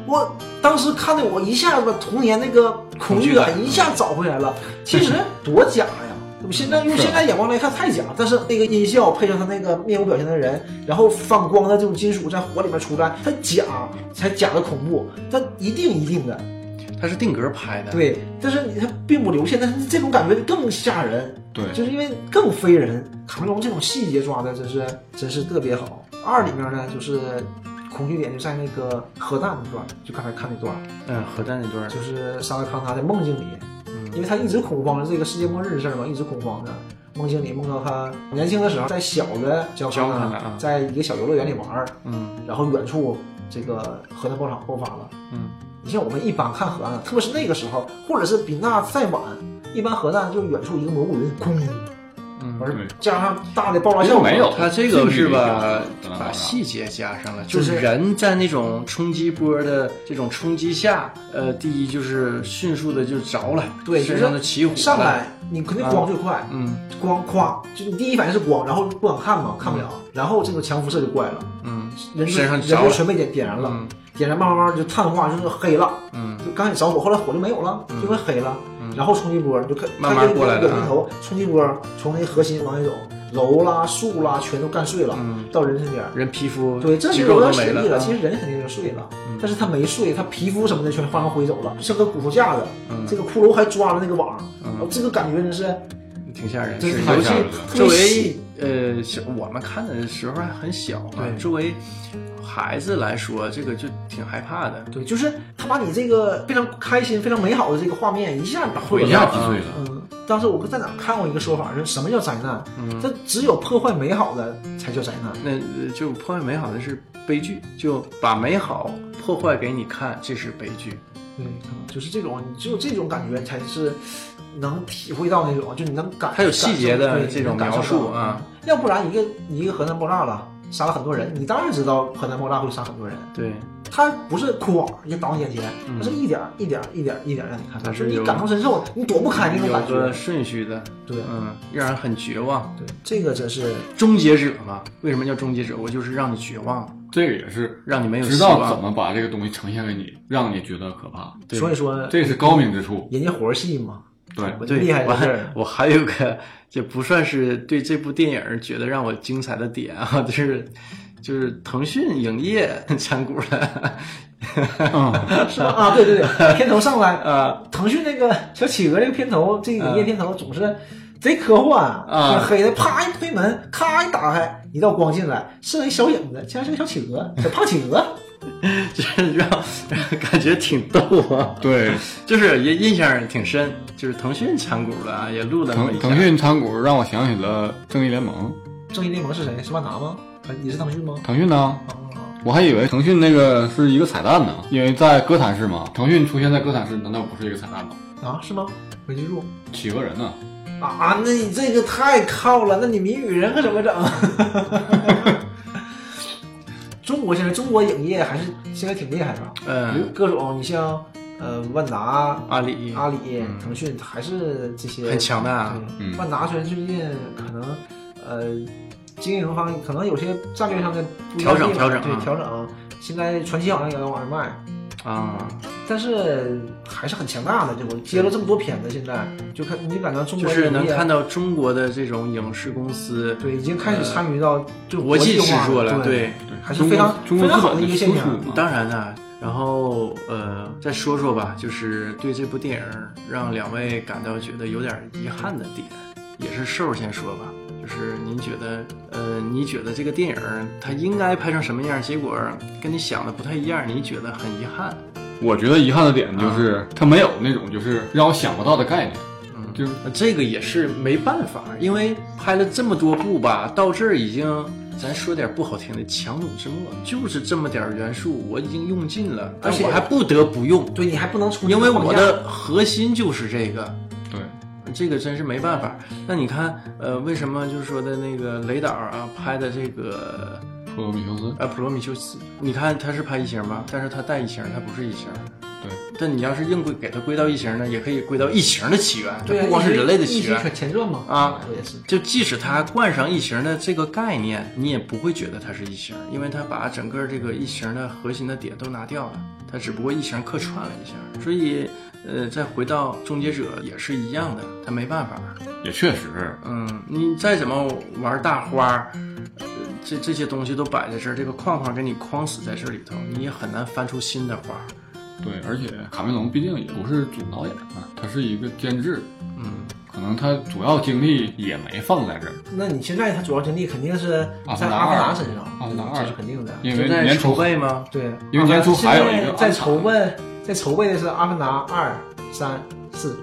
Speaker 2: 我当时看的我一下子把童年那个恐惧
Speaker 1: 恐惧
Speaker 2: 感
Speaker 1: 感
Speaker 2: 一下找回来了。其实多假呀！那么现在用
Speaker 3: 是
Speaker 2: 现在眼光来看太假，但是那个音效配上他那个面无表情的人，然后反光的这种金属在火里面出来，它假才假的恐怖，它一定一定的
Speaker 1: 它是定格拍的，，
Speaker 2: 对，但是你它并不流线，但是这种感觉更吓人。
Speaker 3: 对，
Speaker 2: 就是因为更非人，卡梅隆这种细节抓的真是真是特别好。二里面呢，就是恐惧点就在那个核弹那段，就刚才看那段，
Speaker 1: 嗯，核弹那段儿，
Speaker 2: 就是沙拉康他在梦境里，
Speaker 1: 嗯
Speaker 2: 因为他一直恐慌着这个世界末日的事儿嘛，一直恐慌着。梦境里梦到他年轻的时候，在小的交
Speaker 1: 交
Speaker 2: 康
Speaker 1: 康
Speaker 2: 啊
Speaker 1: 啊，
Speaker 2: 在一个小游乐园里玩儿，
Speaker 1: 嗯
Speaker 2: 然后远处这个核弹爆炸爆发了。
Speaker 1: 嗯，
Speaker 2: 你像我们一般看核弹，特别是那个时候，或者是比那再晚，一般核弹就是远处一个蘑菇云，空
Speaker 1: 嗯，
Speaker 2: 完
Speaker 3: 对
Speaker 2: 事加上大的爆炸
Speaker 3: 因
Speaker 2: 效
Speaker 3: 为
Speaker 2: 果，
Speaker 3: 没有
Speaker 1: 它这个是吧
Speaker 3: 近距离，的
Speaker 1: 把细节加上了，
Speaker 2: 就
Speaker 1: 就是是人在那种冲击波的这种冲击下，呃，第一就是迅速的就着了，
Speaker 2: 对
Speaker 1: 身上的起火了
Speaker 2: 上，来你肯定光最快，
Speaker 1: 嗯
Speaker 2: 光咵，就你第一反应是光，然后不敢看嘛，看不了，然后这个强辐射就怪了，
Speaker 1: 嗯
Speaker 2: 人就
Speaker 1: 身上着
Speaker 2: 人就全被点点燃了，
Speaker 1: 嗯
Speaker 2: 点燃慢慢慢慢就碳化，就是黑了。
Speaker 1: 嗯，
Speaker 2: 就刚开始着火，后来火就没有了，就会黑了。然后冲击波就看，
Speaker 1: 慢慢过来了嗯
Speaker 2: 看这个有头，冲击波从那核心往外走，楼啦、树啦全都干碎了，到人身边。
Speaker 1: 人皮肤
Speaker 2: 对，这
Speaker 1: 嗯肌
Speaker 2: 就
Speaker 1: 肉
Speaker 2: 有
Speaker 1: 都
Speaker 2: 点
Speaker 1: 没
Speaker 2: 神秘
Speaker 1: 了，嗯
Speaker 2: 其实人肯定就碎了，但是他没碎，他皮肤什么的全化成灰走了，剩个骨头架子。
Speaker 1: 嗯
Speaker 2: 这个骷髅还抓了那个网，哦这个感觉真是
Speaker 1: 挺吓人，
Speaker 2: 真
Speaker 1: 是
Speaker 2: 是
Speaker 3: 太
Speaker 1: 尤
Speaker 3: 吓人了
Speaker 1: 其
Speaker 2: 特
Speaker 1: 周
Speaker 2: 别
Speaker 1: 围
Speaker 2: 细。
Speaker 1: 呃，小我们看的时候还很小嘛
Speaker 2: 对，
Speaker 1: 周围孩子来说，这个就挺害怕的。
Speaker 2: 对，就是他把你这个非常开心、非常美好的这个画面一下打
Speaker 3: 我
Speaker 2: 毁
Speaker 3: 一
Speaker 2: 掉
Speaker 3: 下
Speaker 2: 了。
Speaker 3: 击碎了，
Speaker 2: 嗯，当时我在哪儿看过一个说法，是什么叫灾难？
Speaker 1: 嗯
Speaker 2: 这只有破坏美好的才叫灾难。
Speaker 1: 那呃就破坏美好的是悲剧，就把美好破坏给你看，这是悲剧。
Speaker 2: 对，嗯就是这种，你只有这种感觉才是能体会到那种，就你能感，
Speaker 1: 它有细节的
Speaker 2: 感受对
Speaker 1: 这种
Speaker 2: 能感受
Speaker 1: 描述
Speaker 2: 到嗯
Speaker 1: 啊，
Speaker 2: 要不然一个一个核弹爆炸了，杀了很多人，你当然知道核弹爆炸会杀很多人，
Speaker 1: 对，
Speaker 2: 它不是哐一下倒你眼前，它是一点儿一点儿一点儿一点儿让你看到，
Speaker 1: 它
Speaker 2: 就是是你
Speaker 1: 有
Speaker 2: 感同身受，你躲不开那种
Speaker 1: 有
Speaker 2: 感
Speaker 1: 个
Speaker 2: 觉。
Speaker 1: 顺序的，
Speaker 2: 对
Speaker 1: 嗯，让人很绝望。
Speaker 2: 对，这个真是
Speaker 1: 终结者嘛，为什么叫终结者？我就是让你绝望，
Speaker 3: 这个也是
Speaker 1: 让你没有
Speaker 3: 知
Speaker 1: 希
Speaker 3: 道怎
Speaker 1: 望。
Speaker 3: 么把这个东西呈现给你，让你觉得可怕，
Speaker 1: 对
Speaker 2: 所以说
Speaker 3: 这是高明之 处。
Speaker 2: 人家活儿细嘛，
Speaker 3: 对，
Speaker 1: 对，
Speaker 2: 厉害
Speaker 1: 我
Speaker 2: 在这
Speaker 1: 还
Speaker 2: 儿。
Speaker 1: 我还有个，这不算是对这部电影觉得让我精彩的点啊， 就是就是腾讯影业 参股了，嗯
Speaker 2: 是吧？啊，对对对，片头上来，
Speaker 1: 啊，
Speaker 2: 腾讯那个小企鹅这个片头，这个影业片头总是贼科幻
Speaker 1: 啊
Speaker 2: 就是黑的，啪一推门，咔一打开，一道光进来，是一小影子，竟然是个小企鹅，小胖企鹅，
Speaker 1: 就是让 感觉挺逗啊，
Speaker 3: 对，
Speaker 1: 就是也印象挺深，就是腾讯参股了啊，也录了那么
Speaker 3: 腾
Speaker 1: 一
Speaker 3: 腾
Speaker 1: 下
Speaker 3: 讯参股让我想起了正义联盟。
Speaker 2: 正义联盟是谁？是万达吗？还也是腾讯吗？
Speaker 3: 腾讯呢，
Speaker 2: 啊，
Speaker 3: 我还以为腾讯那个是一个彩蛋呢，因为在哥谭市嘛，腾讯出现在哥谭市，难道不是一个彩蛋吗？
Speaker 2: 啊是吗？没记住
Speaker 3: 企鹅人呢？
Speaker 2: 啊，那你这个太靠了，那你谜语人可怎么整？ 中国现在中国影业还是现在挺厉害的，
Speaker 1: 嗯，
Speaker 2: 各种你像呃万达、
Speaker 1: 阿里
Speaker 2: 阿里、
Speaker 3: 嗯
Speaker 2: 腾讯还是这些
Speaker 1: 很强大啊，
Speaker 2: 对
Speaker 3: 嗯
Speaker 2: 万达虽然最近可能呃经营方可能有些战略上的不一
Speaker 1: 调整
Speaker 2: 样
Speaker 1: 调整
Speaker 2: 对
Speaker 1: 啊
Speaker 2: 调整啊，现在传奇好像也要往外卖，嗯
Speaker 1: 啊，
Speaker 2: 但是还是很强大的。这我接了这么多片子，现在就看你感到中
Speaker 1: 嗯就
Speaker 2: 国
Speaker 1: 是能
Speaker 2: 影业
Speaker 1: 看到中国的这种影视公司
Speaker 2: 对已经开始参与到就
Speaker 1: 国际制
Speaker 2: 化
Speaker 1: 作了，
Speaker 2: 对，
Speaker 1: 对，
Speaker 2: 还是非常
Speaker 3: 中国
Speaker 2: 非常好的
Speaker 3: 中
Speaker 2: 一
Speaker 3: 国
Speaker 2: 个
Speaker 3: 资
Speaker 2: 现
Speaker 3: 本的输
Speaker 2: 象啊
Speaker 3: 出。嘛，
Speaker 1: 当然呢。然后，呃，再说说吧，就是对这部电影让两位感到觉得有点遗憾的点，也是瘦儿先说吧，就是您觉得，呃，你觉得这个电影它应该拍成什么样？结果跟你想的不太一样，你觉得很遗憾。
Speaker 3: 我觉得遗憾的点
Speaker 2: 啊
Speaker 3: 就是它没有那种就是让我想不到的概念，
Speaker 1: 嗯，
Speaker 3: 就
Speaker 1: 这个也是没办法，因为拍了这么多部吧，到这儿已经，咱说点不好听的，强弩之末，就是这么点儿元素，我已经用尽了，但
Speaker 2: 而且
Speaker 1: 我还不得不用，
Speaker 2: 对你还不能出，
Speaker 1: 因为我的核心就是这个，
Speaker 3: 对，
Speaker 1: 这个真是没办法。那你看，呃，为什么就是说的那个雷导啊拍的这个
Speaker 3: 普罗米修斯，
Speaker 1: 呃《普罗米修斯》，你看他是拍异形吧，但是他带异形，他不是异形。
Speaker 3: 对，
Speaker 1: 但你要是硬归给它归到异形呢，也可以归到异形的起源，
Speaker 2: 对啊
Speaker 1: 它不光是人类的起
Speaker 2: 异
Speaker 1: 源
Speaker 2: 形前传嘛
Speaker 1: 啊
Speaker 2: 我也是。
Speaker 1: 就即使它冠上异形的这个概念，你也不会觉得它是异形，因为它把整个这个异形的核心的点都拿掉了，它只不过异形客串了一下。所以，呃，再回到终结者也是一样的，它没办法。
Speaker 3: 也确实，
Speaker 1: 嗯，你再怎么玩大花儿，呃这这些东西都摆在这儿，这个框框给你框死在这里头，你也很难翻出新的花儿。
Speaker 3: 对，而且卡梅隆毕竟也不是主导演啊，他是一个监制，
Speaker 1: 嗯，
Speaker 3: 可能他主要精力也没放在这儿，
Speaker 2: 那你现在他主要精力肯定是
Speaker 3: 阿
Speaker 2: 在
Speaker 3: 凡达
Speaker 2: 阿凡达
Speaker 3: 二啊
Speaker 2: 身上，
Speaker 3: 阿凡达
Speaker 2: 这
Speaker 3: 二
Speaker 2: 是肯定的。
Speaker 3: 因
Speaker 1: 正
Speaker 3: 为
Speaker 1: 在
Speaker 3: 年
Speaker 1: 筹
Speaker 3: 初
Speaker 1: 备吗？
Speaker 2: 对，啊
Speaker 3: 因为年初还有一个
Speaker 2: 在
Speaker 3: 暗场
Speaker 2: 筹备，在筹备的是《阿凡达二》《三》《四》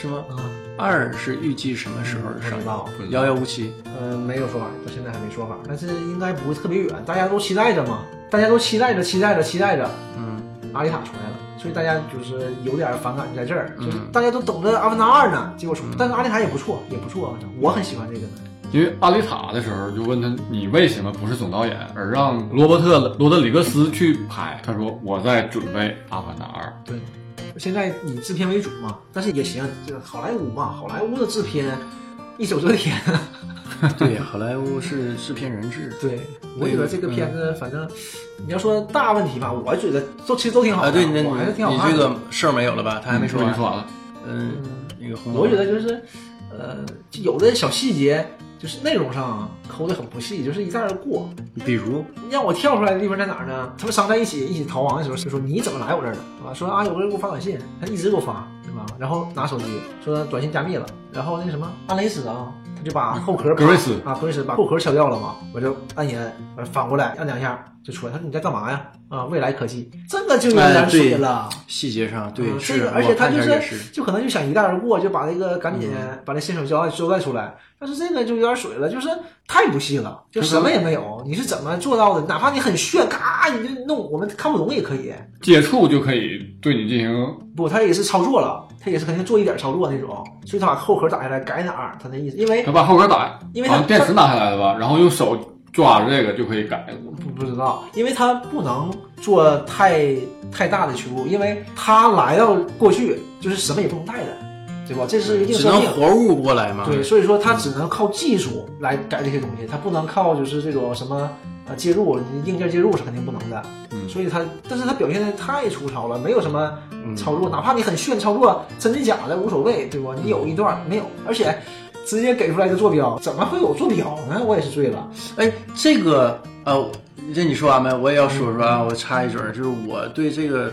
Speaker 1: 是吗？
Speaker 2: 啊，
Speaker 1: 二是预计什么时候
Speaker 2: 不
Speaker 1: 上
Speaker 2: 知
Speaker 1: 映？
Speaker 2: 道，
Speaker 3: 不知道
Speaker 1: 遥遥无期。
Speaker 2: 呃，没有说法，到现在还没说法，但是应该不会特别远，大家都期待着嘛，大家都期待着，期待着，期待着，
Speaker 1: 嗯，
Speaker 2: 阿丽塔出来了，所以大家就是有点反感在这儿，就是
Speaker 1: 嗯
Speaker 2: 大家都等着《阿凡达二》呢，结
Speaker 3: 嗯
Speaker 2: 果出，但是阿丽塔也不错，也不错，啊我很喜欢这个的。
Speaker 3: 因为阿丽塔的时候就问他，你为什么不是总导演，而让罗伯特罗德里格斯去拍？他说我在准备《阿凡达二》。
Speaker 2: 对，现在以制片为主嘛，但是也行，这好莱坞嘛，好莱坞的制片一手遮天。
Speaker 1: 对，好莱坞是制片人制。
Speaker 2: 对，我觉得这个
Speaker 1: 嗯
Speaker 2: 片子，反正你要说大问题吧，我觉得都其实都挺好
Speaker 1: 啊，
Speaker 2: 的，
Speaker 1: 对，那你
Speaker 2: 我还是挺好
Speaker 1: 你
Speaker 2: 看
Speaker 1: 这
Speaker 2: 的。
Speaker 1: 个事儿没有了吧？他还没说
Speaker 3: 完，
Speaker 1: 完
Speaker 3: 你。说完了。
Speaker 1: 嗯，
Speaker 2: 嗯，
Speaker 1: 那个红楼
Speaker 2: 我觉得就是，呃，就有的小细节就是内容上抠的很不细，就是一带而过。
Speaker 1: 比如
Speaker 2: 让我跳出来的地方在哪儿呢？他们仨在一起一起逃亡的时候，就说你怎么来我这儿的啊？说啊有个人给我发短信，他一直给我发，对吧？然后拿手机说短信加密了，然后那什么安雷斯啊，他就把后壳
Speaker 3: 格瑞斯
Speaker 2: 啊格瑞斯把后壳敲掉了嘛，我就按一按，完反过来按两下就出来。他说你在干嘛呀？啊，未来科技这个就有点水了。
Speaker 1: 细节上，对，
Speaker 2: 嗯这
Speaker 1: 是
Speaker 2: 个，，而且
Speaker 1: 我
Speaker 2: 他
Speaker 1: 看
Speaker 2: 就
Speaker 1: 一下也
Speaker 2: 是就可能就想一带而过，就把这个赶紧把这伸手胶带遮盖出来。但是这个就有点水了，就是太不细了，就什么也没有。你是怎么做到的？哪怕你很炫，嘎你就弄，我们看不懂也可以。
Speaker 3: 接触就可以对你进行，
Speaker 2: 不，他也是操作了，他也是肯定做一点操作那种，所以他把后壳打下来改哪儿，他那意思，因为
Speaker 3: 他把后壳打，
Speaker 2: 因为
Speaker 3: 好
Speaker 2: 他
Speaker 3: 像电池拿下来了吧，然后用手抓着这个就可以改了。
Speaker 2: 不不知道，因为他不能做太太大的出入，因为他来到过去就是什么也不能带的，对吧？这是一定
Speaker 1: 只
Speaker 2: 设
Speaker 1: 能啊嗯
Speaker 2: 定。
Speaker 1: 活物过来嘛。
Speaker 2: 对，所以说他只能靠技术来改这些东西，他不能靠就是这种什么呃介入，硬件介入是肯定不能的。
Speaker 3: 嗯
Speaker 2: 所以他，但是他表现的太粗糙了，没有什么
Speaker 1: 嗯，
Speaker 2: 操作，哪怕你很炫操作，真的假的无所谓，对吧？你有一段没有，而且直接给出来就坐标，怎么会有坐标呢？我也是醉了。
Speaker 1: 哎，这个呃，这你说完没？我也要说说啊，我插一嘴儿，就是我对这个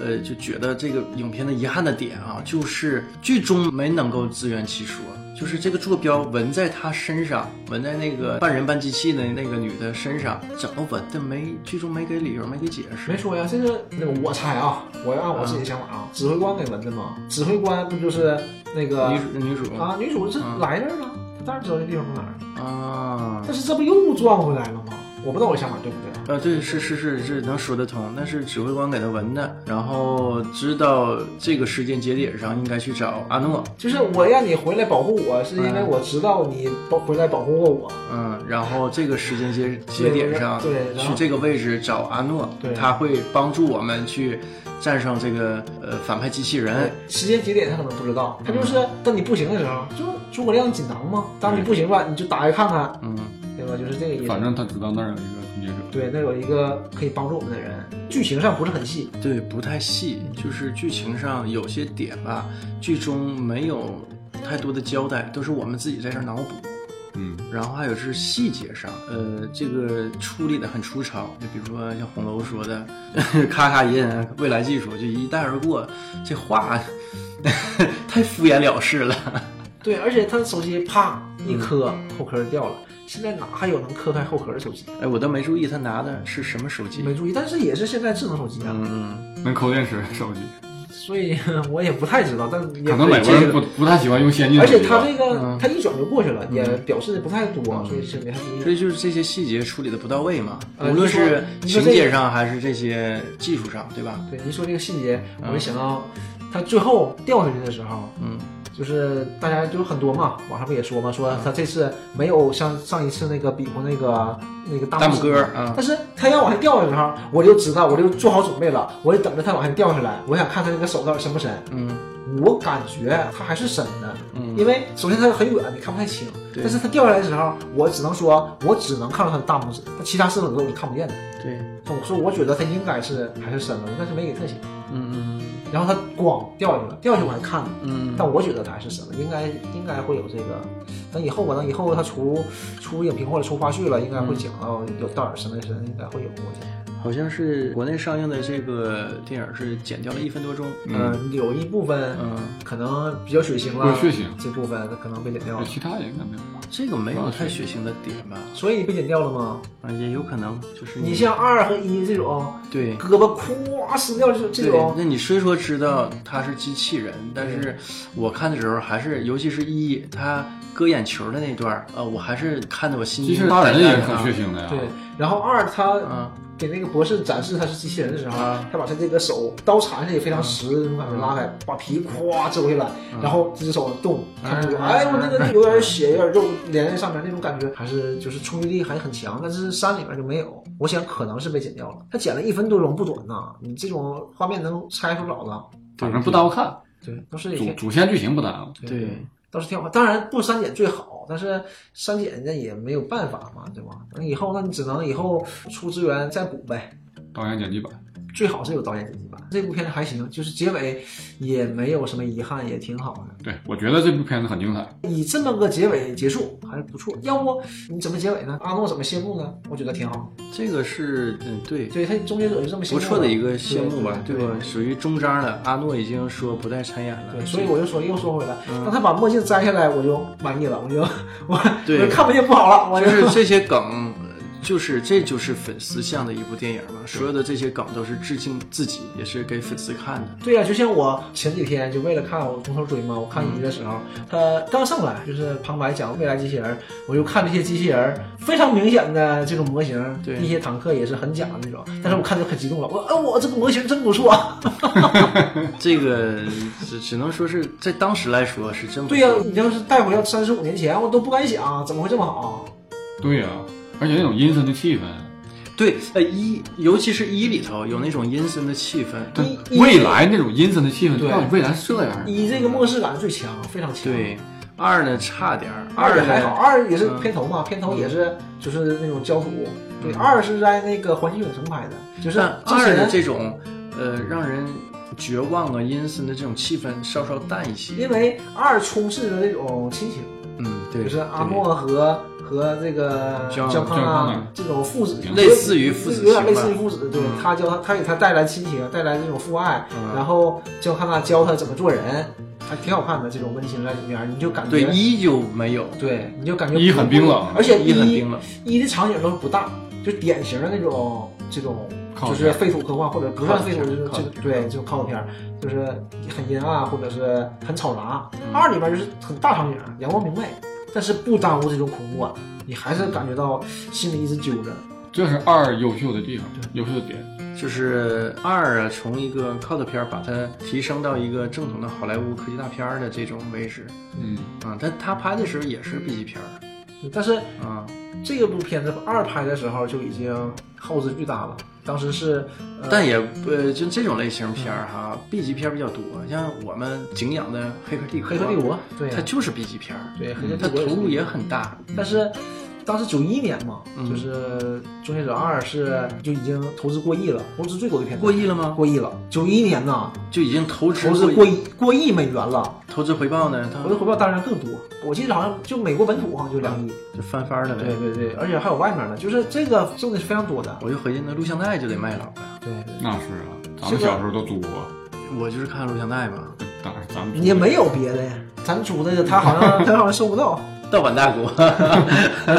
Speaker 1: 呃，就觉得这个影片的遗憾的点啊，就是剧中没能够自圆其说，就是这个坐标纹在她身上，纹在那个半人半机器的那个女的身上，怎么纹的没剧中没给理由，没给解释。
Speaker 2: 没说呀，这个那个我猜啊，我要按我自己的想法啊，指挥官给纹的嘛，指挥官不就是那个
Speaker 1: 女主女主
Speaker 2: 啊，女主这
Speaker 1: 嗯
Speaker 2: 来这儿了，她当然知道这地方在哪儿了，
Speaker 1: 啊
Speaker 2: 但是这不又转回来了吗？我不知道我想法对不对啊。
Speaker 1: 啊，对，是是是是能说得通，那是指挥官给他纹的，然后知道这个时间节点上应该去找阿诺，
Speaker 2: 就是我让你回来保护我，是因为我知道你保回来保护过我。
Speaker 1: 嗯，然后这个时间节节点上，
Speaker 2: 对然后
Speaker 1: 去这个位置找阿诺
Speaker 2: 对，
Speaker 1: 他会帮助我们去战胜这个呃反派机器人。
Speaker 2: 时间节点他可能不知道，他
Speaker 1: 嗯
Speaker 2: 就是当你不行的时候，就诸葛亮锦囊嘛。当你不行了，你就打开看看，
Speaker 1: 嗯，
Speaker 2: 对吧？就是这个意思。
Speaker 3: 反正他知道那儿有一个终结者。
Speaker 2: 对，那有一个可以帮助我们的人，剧情上不是很细，
Speaker 1: 对，不太细，就是剧情上有些点吧，剧中没有太多的交代，都是我们自己在这儿脑补。
Speaker 3: 嗯，
Speaker 1: 然后还有是细节上，呃，这个处理的很粗糙，就比如说像红楼说的， 咔咔印未来技术就一带而过，这话 太敷衍了事了。
Speaker 2: 对，而且他手机啪一磕，后壳掉了。现在哪还有能磕开后壳的手机？
Speaker 1: 哎，我都没注意他拿的是什么手机。
Speaker 2: 没注意，但是也是现在智能手机啊，
Speaker 1: 嗯，
Speaker 3: 能抠电池的手机，
Speaker 2: 所以 我也不太知道，但也
Speaker 3: 可能美国
Speaker 2: 这
Speaker 3: 人
Speaker 2: 个
Speaker 3: 不不太喜欢用先进
Speaker 2: 而
Speaker 3: 手机吧。
Speaker 2: 且他这个
Speaker 1: 嗯
Speaker 2: 他一转就过去了，也表示的不太多，嗯所以是没太注
Speaker 1: 所
Speaker 2: 意。
Speaker 1: 以就是这些细节处理的不到位嘛，
Speaker 2: 呃
Speaker 1: 无论是情
Speaker 2: 你说你说这个
Speaker 1: 节上还是这些技术上，对吧？
Speaker 2: 对，您说这个细节，我就想到他最后掉下去的时候，
Speaker 1: 嗯，
Speaker 2: 就是大家就很多嘛，网上不也说嘛，说他这次没有像上一次那个比划那个那个大
Speaker 1: 大
Speaker 2: 拇
Speaker 1: 拇
Speaker 2: 指
Speaker 1: 哥，啊，
Speaker 2: 但是他要往下掉的时候，我就知道，我就做好准备了，我就等着他往下掉下来，我想看他那个手到底深不深。
Speaker 1: 嗯
Speaker 2: 我感觉他还是深的，
Speaker 1: 嗯，
Speaker 2: 因为首先它很远，你看不太清。
Speaker 1: 对
Speaker 2: 但是它掉下来的时候，我只能说，我只能看到它的大拇指，它其他四个指头我是看不见的。
Speaker 1: 嗯对，
Speaker 2: 我说，我觉得它应该是还是深了，但是没给特写。
Speaker 1: 嗯
Speaker 2: 然后它咣掉下去了，掉下去我还看了，
Speaker 1: 嗯嗯，
Speaker 2: 但我觉得它还是深了，应该应该会有这个。等以后吧，等以后它出出影评或者出花絮了，应该
Speaker 3: 嗯
Speaker 2: 会讲到有到底深没深，应该会有。我觉得，
Speaker 1: 好像是国内上映的这个电影是剪掉了一分多钟，
Speaker 3: 嗯
Speaker 2: 嗯，有一部分
Speaker 1: 嗯，
Speaker 2: 可能比较血腥
Speaker 3: 不
Speaker 2: 了，
Speaker 3: 是血腥，
Speaker 2: 这部分可能被剪掉了，
Speaker 3: 其他也应该没有。
Speaker 2: 嗯
Speaker 1: 这个没有太血腥的点吧？
Speaker 2: 所以被剪掉了吗？
Speaker 1: 啊，也有可能就是
Speaker 3: 嗯
Speaker 2: 你像二和一这种。
Speaker 1: 对
Speaker 2: 胳膊咵撕掉，这这
Speaker 1: 对
Speaker 2: 种，
Speaker 1: 那你虽说知道他是机器人，但是我看的时候还是，尤其是一他割眼球的那段儿，呃，我还是看得我心
Speaker 3: 其
Speaker 1: 惊
Speaker 3: 实他
Speaker 1: 胆
Speaker 3: 人也
Speaker 1: 战
Speaker 3: 是
Speaker 1: 的啊
Speaker 3: 很血腥的呀。
Speaker 2: 对，，然后二他
Speaker 1: 啊，
Speaker 2: 给那个博士展示他是机器人的时候，
Speaker 1: 啊
Speaker 2: 他把他这个手刀缠上也非常实，这种感觉拉开，把皮咵揪
Speaker 1: 啊
Speaker 2: 下来，然后这只手动，看这个，
Speaker 1: 嗯
Speaker 2: 哎我那个有点血，有点肉连在上面那种感觉，还是就是冲击力还很强，但是山里面就没有，我想可能是被剪掉了，他剪了一分多钟不短呐，你这种画面能拆出脑子，
Speaker 3: 反正不耽误看，
Speaker 2: 对，都是一
Speaker 3: 主
Speaker 2: 些
Speaker 3: 主线剧情不耽误。
Speaker 1: 对。
Speaker 2: 倒是挺好。当然不删减最好，但是删减那也没有办法嘛，对吧？那以后那你只能以后出资源再补呗。
Speaker 3: 导演剪辑版，
Speaker 2: 最好是有导演剪辑版，这部片子还行，就是结尾也没有什么遗憾，也挺好
Speaker 3: 对我觉得这部片子很精彩。
Speaker 2: 的。以这么个结尾结束还是不错。要不你怎么结尾呢？阿诺怎么谢幕呢？我觉得挺好。
Speaker 1: 这个是嗯对，
Speaker 2: 对他终结者就这么谢
Speaker 1: 不
Speaker 2: 幕
Speaker 1: 错的一个谢幕吧，
Speaker 2: 对
Speaker 1: 对吧？属于中章了。阿诺已经说不再参演了，
Speaker 2: 对，所以我就说又说回来，
Speaker 1: 嗯
Speaker 2: 当他把墨镜摘下来，我就满意了，我就我
Speaker 1: 对
Speaker 2: 我看不见不好了，我
Speaker 1: 就是这些梗，呃就是这就是粉丝向的一部电影嘛。所有的这些梗都是致敬自己，也是给粉丝看的。
Speaker 2: 对呀、就像我前几天就为了看我从头追嘛，我看一的时候，
Speaker 1: 嗯
Speaker 2: 他刚上来就是旁白讲未来机器人儿，我就看这些机器人儿非常明显的这种模型，
Speaker 1: 对嗯
Speaker 2: 一些坦克也是很假的那种，但是我看就很激动了，我哎我这个模型真不错，啊
Speaker 1: 这个只只能说是在当时来说是真不
Speaker 2: 对呀、
Speaker 1: 错
Speaker 2: 你要是带回到三十五年前，我都不敢想啊怎么会这么好，
Speaker 3: 对呀、而且那种阴森的气氛，
Speaker 1: 对，呃一，尤其是一里头有那种阴森的气氛，
Speaker 3: 但
Speaker 2: 一
Speaker 3: 未来那种阴森的气氛，
Speaker 2: 对
Speaker 3: 到底未来是这样的？
Speaker 2: 一这个末世感最强，非常强，。
Speaker 1: 对。二呢差点儿，
Speaker 2: 二也
Speaker 1: 呢
Speaker 2: 还好，二也是
Speaker 1: 嗯
Speaker 2: 片头嘛，片头也是就是那种焦土。对，二是在那个环球影城拍的，就是
Speaker 1: 但
Speaker 2: 之
Speaker 1: 二的
Speaker 2: 前
Speaker 1: 这种呃让人绝望啊、阴森的这种气氛稍稍淡一些。
Speaker 2: 因为二充斥着那种亲情，
Speaker 1: 嗯，对，
Speaker 2: 就是阿
Speaker 1: 对
Speaker 2: 诺和和这个
Speaker 1: 姜
Speaker 2: 姜康
Speaker 3: 姜
Speaker 2: 啊
Speaker 3: 康
Speaker 2: 这种父子，
Speaker 1: 类似于父子
Speaker 2: 有点类
Speaker 1: 情吧
Speaker 2: 似于父子，对
Speaker 1: 嗯
Speaker 2: 他教他，他给他带来亲情，带来这种父爱，
Speaker 1: 嗯
Speaker 2: 然后姜康纳教他怎么做人，还挺好看的这种温馨在里面，你就感
Speaker 1: 对
Speaker 2: 觉
Speaker 1: 一就没有，
Speaker 2: 对，你就感觉
Speaker 3: 一很冰冷，
Speaker 2: 而且
Speaker 1: 一很
Speaker 2: 一
Speaker 1: 冰冷，
Speaker 2: 一的场景都不大，就典型的那种这种
Speaker 3: 靠
Speaker 2: 就是废土科幻或者不算废土，就是
Speaker 1: 靠
Speaker 2: 就
Speaker 1: 谱
Speaker 2: 对就靠谱片儿，就是很阴暗啊或者是很吵杂。
Speaker 1: 嗯
Speaker 2: 二里边就是很大场景，啊阳光明媚，但是不耽误这种恐怖感，你还是感觉到心里一直揪着。
Speaker 3: 这是二优秀的地方，优秀的点。
Speaker 1: 就是二啊，从一个 cult 片儿把它提升到一个正统的好莱坞科技大片儿的这种位置
Speaker 3: 嗯，
Speaker 1: 啊，但他拍的时候也是 B 级片儿
Speaker 2: 但是
Speaker 1: 啊，
Speaker 2: 这个部片子二拍的时候就已经耗资巨大了，当时是，呃、
Speaker 1: 但也呃，就这种类型片儿
Speaker 2: 嗯
Speaker 1: 哈，B 级片儿比较多，像我们敬仰的《黑客帝国》，
Speaker 2: 黑客帝国对啊
Speaker 1: 它就是 B 级片儿，
Speaker 2: 对黑客帝
Speaker 1: 它
Speaker 2: 国
Speaker 1: 投
Speaker 2: 是嗯
Speaker 1: 入也很大，
Speaker 2: 但是当时九一年嘛，
Speaker 1: 嗯
Speaker 2: 就是《终结者二》是就已经投资过亿了，投资最高的片子，
Speaker 1: 过亿了吗？
Speaker 2: 过亿了。九一年呢，
Speaker 1: 就已经投资
Speaker 2: 投资
Speaker 1: 过
Speaker 2: 过亿过亿美元了，
Speaker 1: 投资回报呢，它
Speaker 2: 我的回报当然更多。我记得好像就美国本土好像就两亿，
Speaker 1: 就翻番儿了呗。
Speaker 2: 对对对，而且还有外面的，就是这个挣的是非常多的。
Speaker 1: 我就合计那录像带就得卖老了，
Speaker 2: 对对，
Speaker 3: 那是啊，咱们小时候都租过，
Speaker 1: 我就是看录像带嘛，
Speaker 2: 嗯
Speaker 3: 当然咱们
Speaker 2: 也没有别的呀，咱租的他好 像他好像收不到，
Speaker 1: 盗版大国。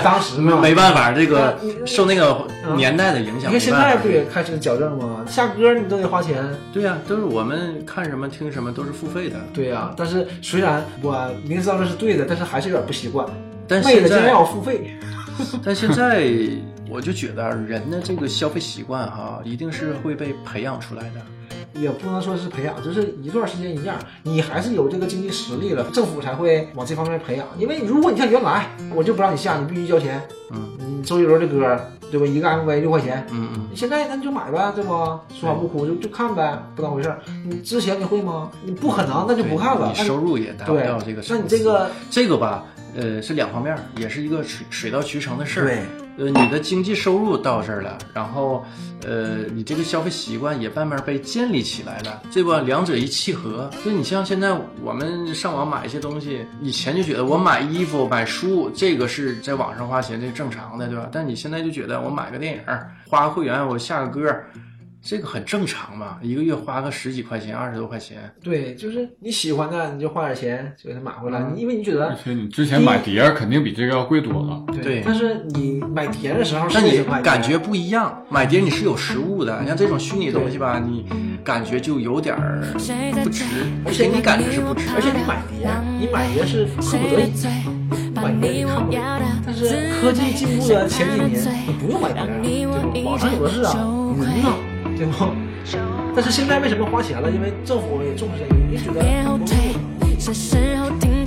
Speaker 2: 当时
Speaker 1: 没
Speaker 2: 嘛。
Speaker 1: 没办法，这个
Speaker 2: 嗯那嗯
Speaker 1: 受那个年代的影
Speaker 2: 你
Speaker 1: 响，
Speaker 2: 看现
Speaker 1: 没办
Speaker 2: 在
Speaker 1: 法
Speaker 2: 不也开始矫正吗？下歌你都得花钱，
Speaker 1: 对呀、都是我们看什么听什么都是付费的，
Speaker 2: 对呀、但是虽然我明知道这是对的，但是还是有点不习惯。
Speaker 1: 但
Speaker 2: 为
Speaker 1: 现
Speaker 2: 了竟然
Speaker 1: 在
Speaker 2: 要付费，
Speaker 1: 但现在我就觉得啊人的这个消费习惯哈、一定是会被培养出来的。
Speaker 2: 也不能说是培养，就是一段时间一样，你还是有这个经济实力了，政府才会往这方面培养。因为如果你像原来，我就不让你下，你必须交钱，
Speaker 1: 嗯
Speaker 2: 你周杰伦的歌，对吧？一个 MV 六块钱，
Speaker 1: 嗯嗯，
Speaker 2: 现在那你就买呗，对吧？说好不哭就就看呗，不当回事儿。你之前你会吗？你不可能，那就不看了。
Speaker 1: 对
Speaker 2: 那
Speaker 1: 你
Speaker 2: 你
Speaker 1: 收入也达不
Speaker 2: 对
Speaker 1: 到这个程度。
Speaker 2: 那你这个
Speaker 1: 这个吧，呃，是两方面儿，也是一个水水到渠成的事儿。
Speaker 2: 对，
Speaker 1: 呃，你的经济收入到这儿了，然后，呃，你这个消费习惯也慢慢被建立起来了，对吧？两者一契合，就你像现在我们上网买一些东西，以前就觉得我买衣服、买书，这个是在网上花钱，这正常的，对吧？但你现在就觉得我买个电影儿，花个会员，我下个歌儿，这个很正常嘛，一个月花个十几块钱、二十多块钱，
Speaker 2: 对，就是你喜欢的你就花点钱就给它买回
Speaker 1: 嗯
Speaker 2: 来，你因为你觉
Speaker 3: 而
Speaker 2: 得
Speaker 3: 且你之前买碟儿肯定比这个要贵多了。
Speaker 1: 对
Speaker 2: 但是你买碟的时候是
Speaker 1: 但你
Speaker 2: 想买碟
Speaker 1: 感觉不一样，买碟你是有实物的，像这种虚拟东西吧，你感觉就有点儿不值，
Speaker 2: 而且
Speaker 1: 你
Speaker 2: 你
Speaker 1: 感觉是不值。
Speaker 2: 而且你买碟，啊你买碟是迫不得已，买碟是看不得已。但是科技进步的前几年，你不用买碟啊，对吧？网上有的是啊，云呢，对不？但是现在为什么花钱了？因为政府也重视这个，你就觉得嗯
Speaker 4: 别后退，是时候停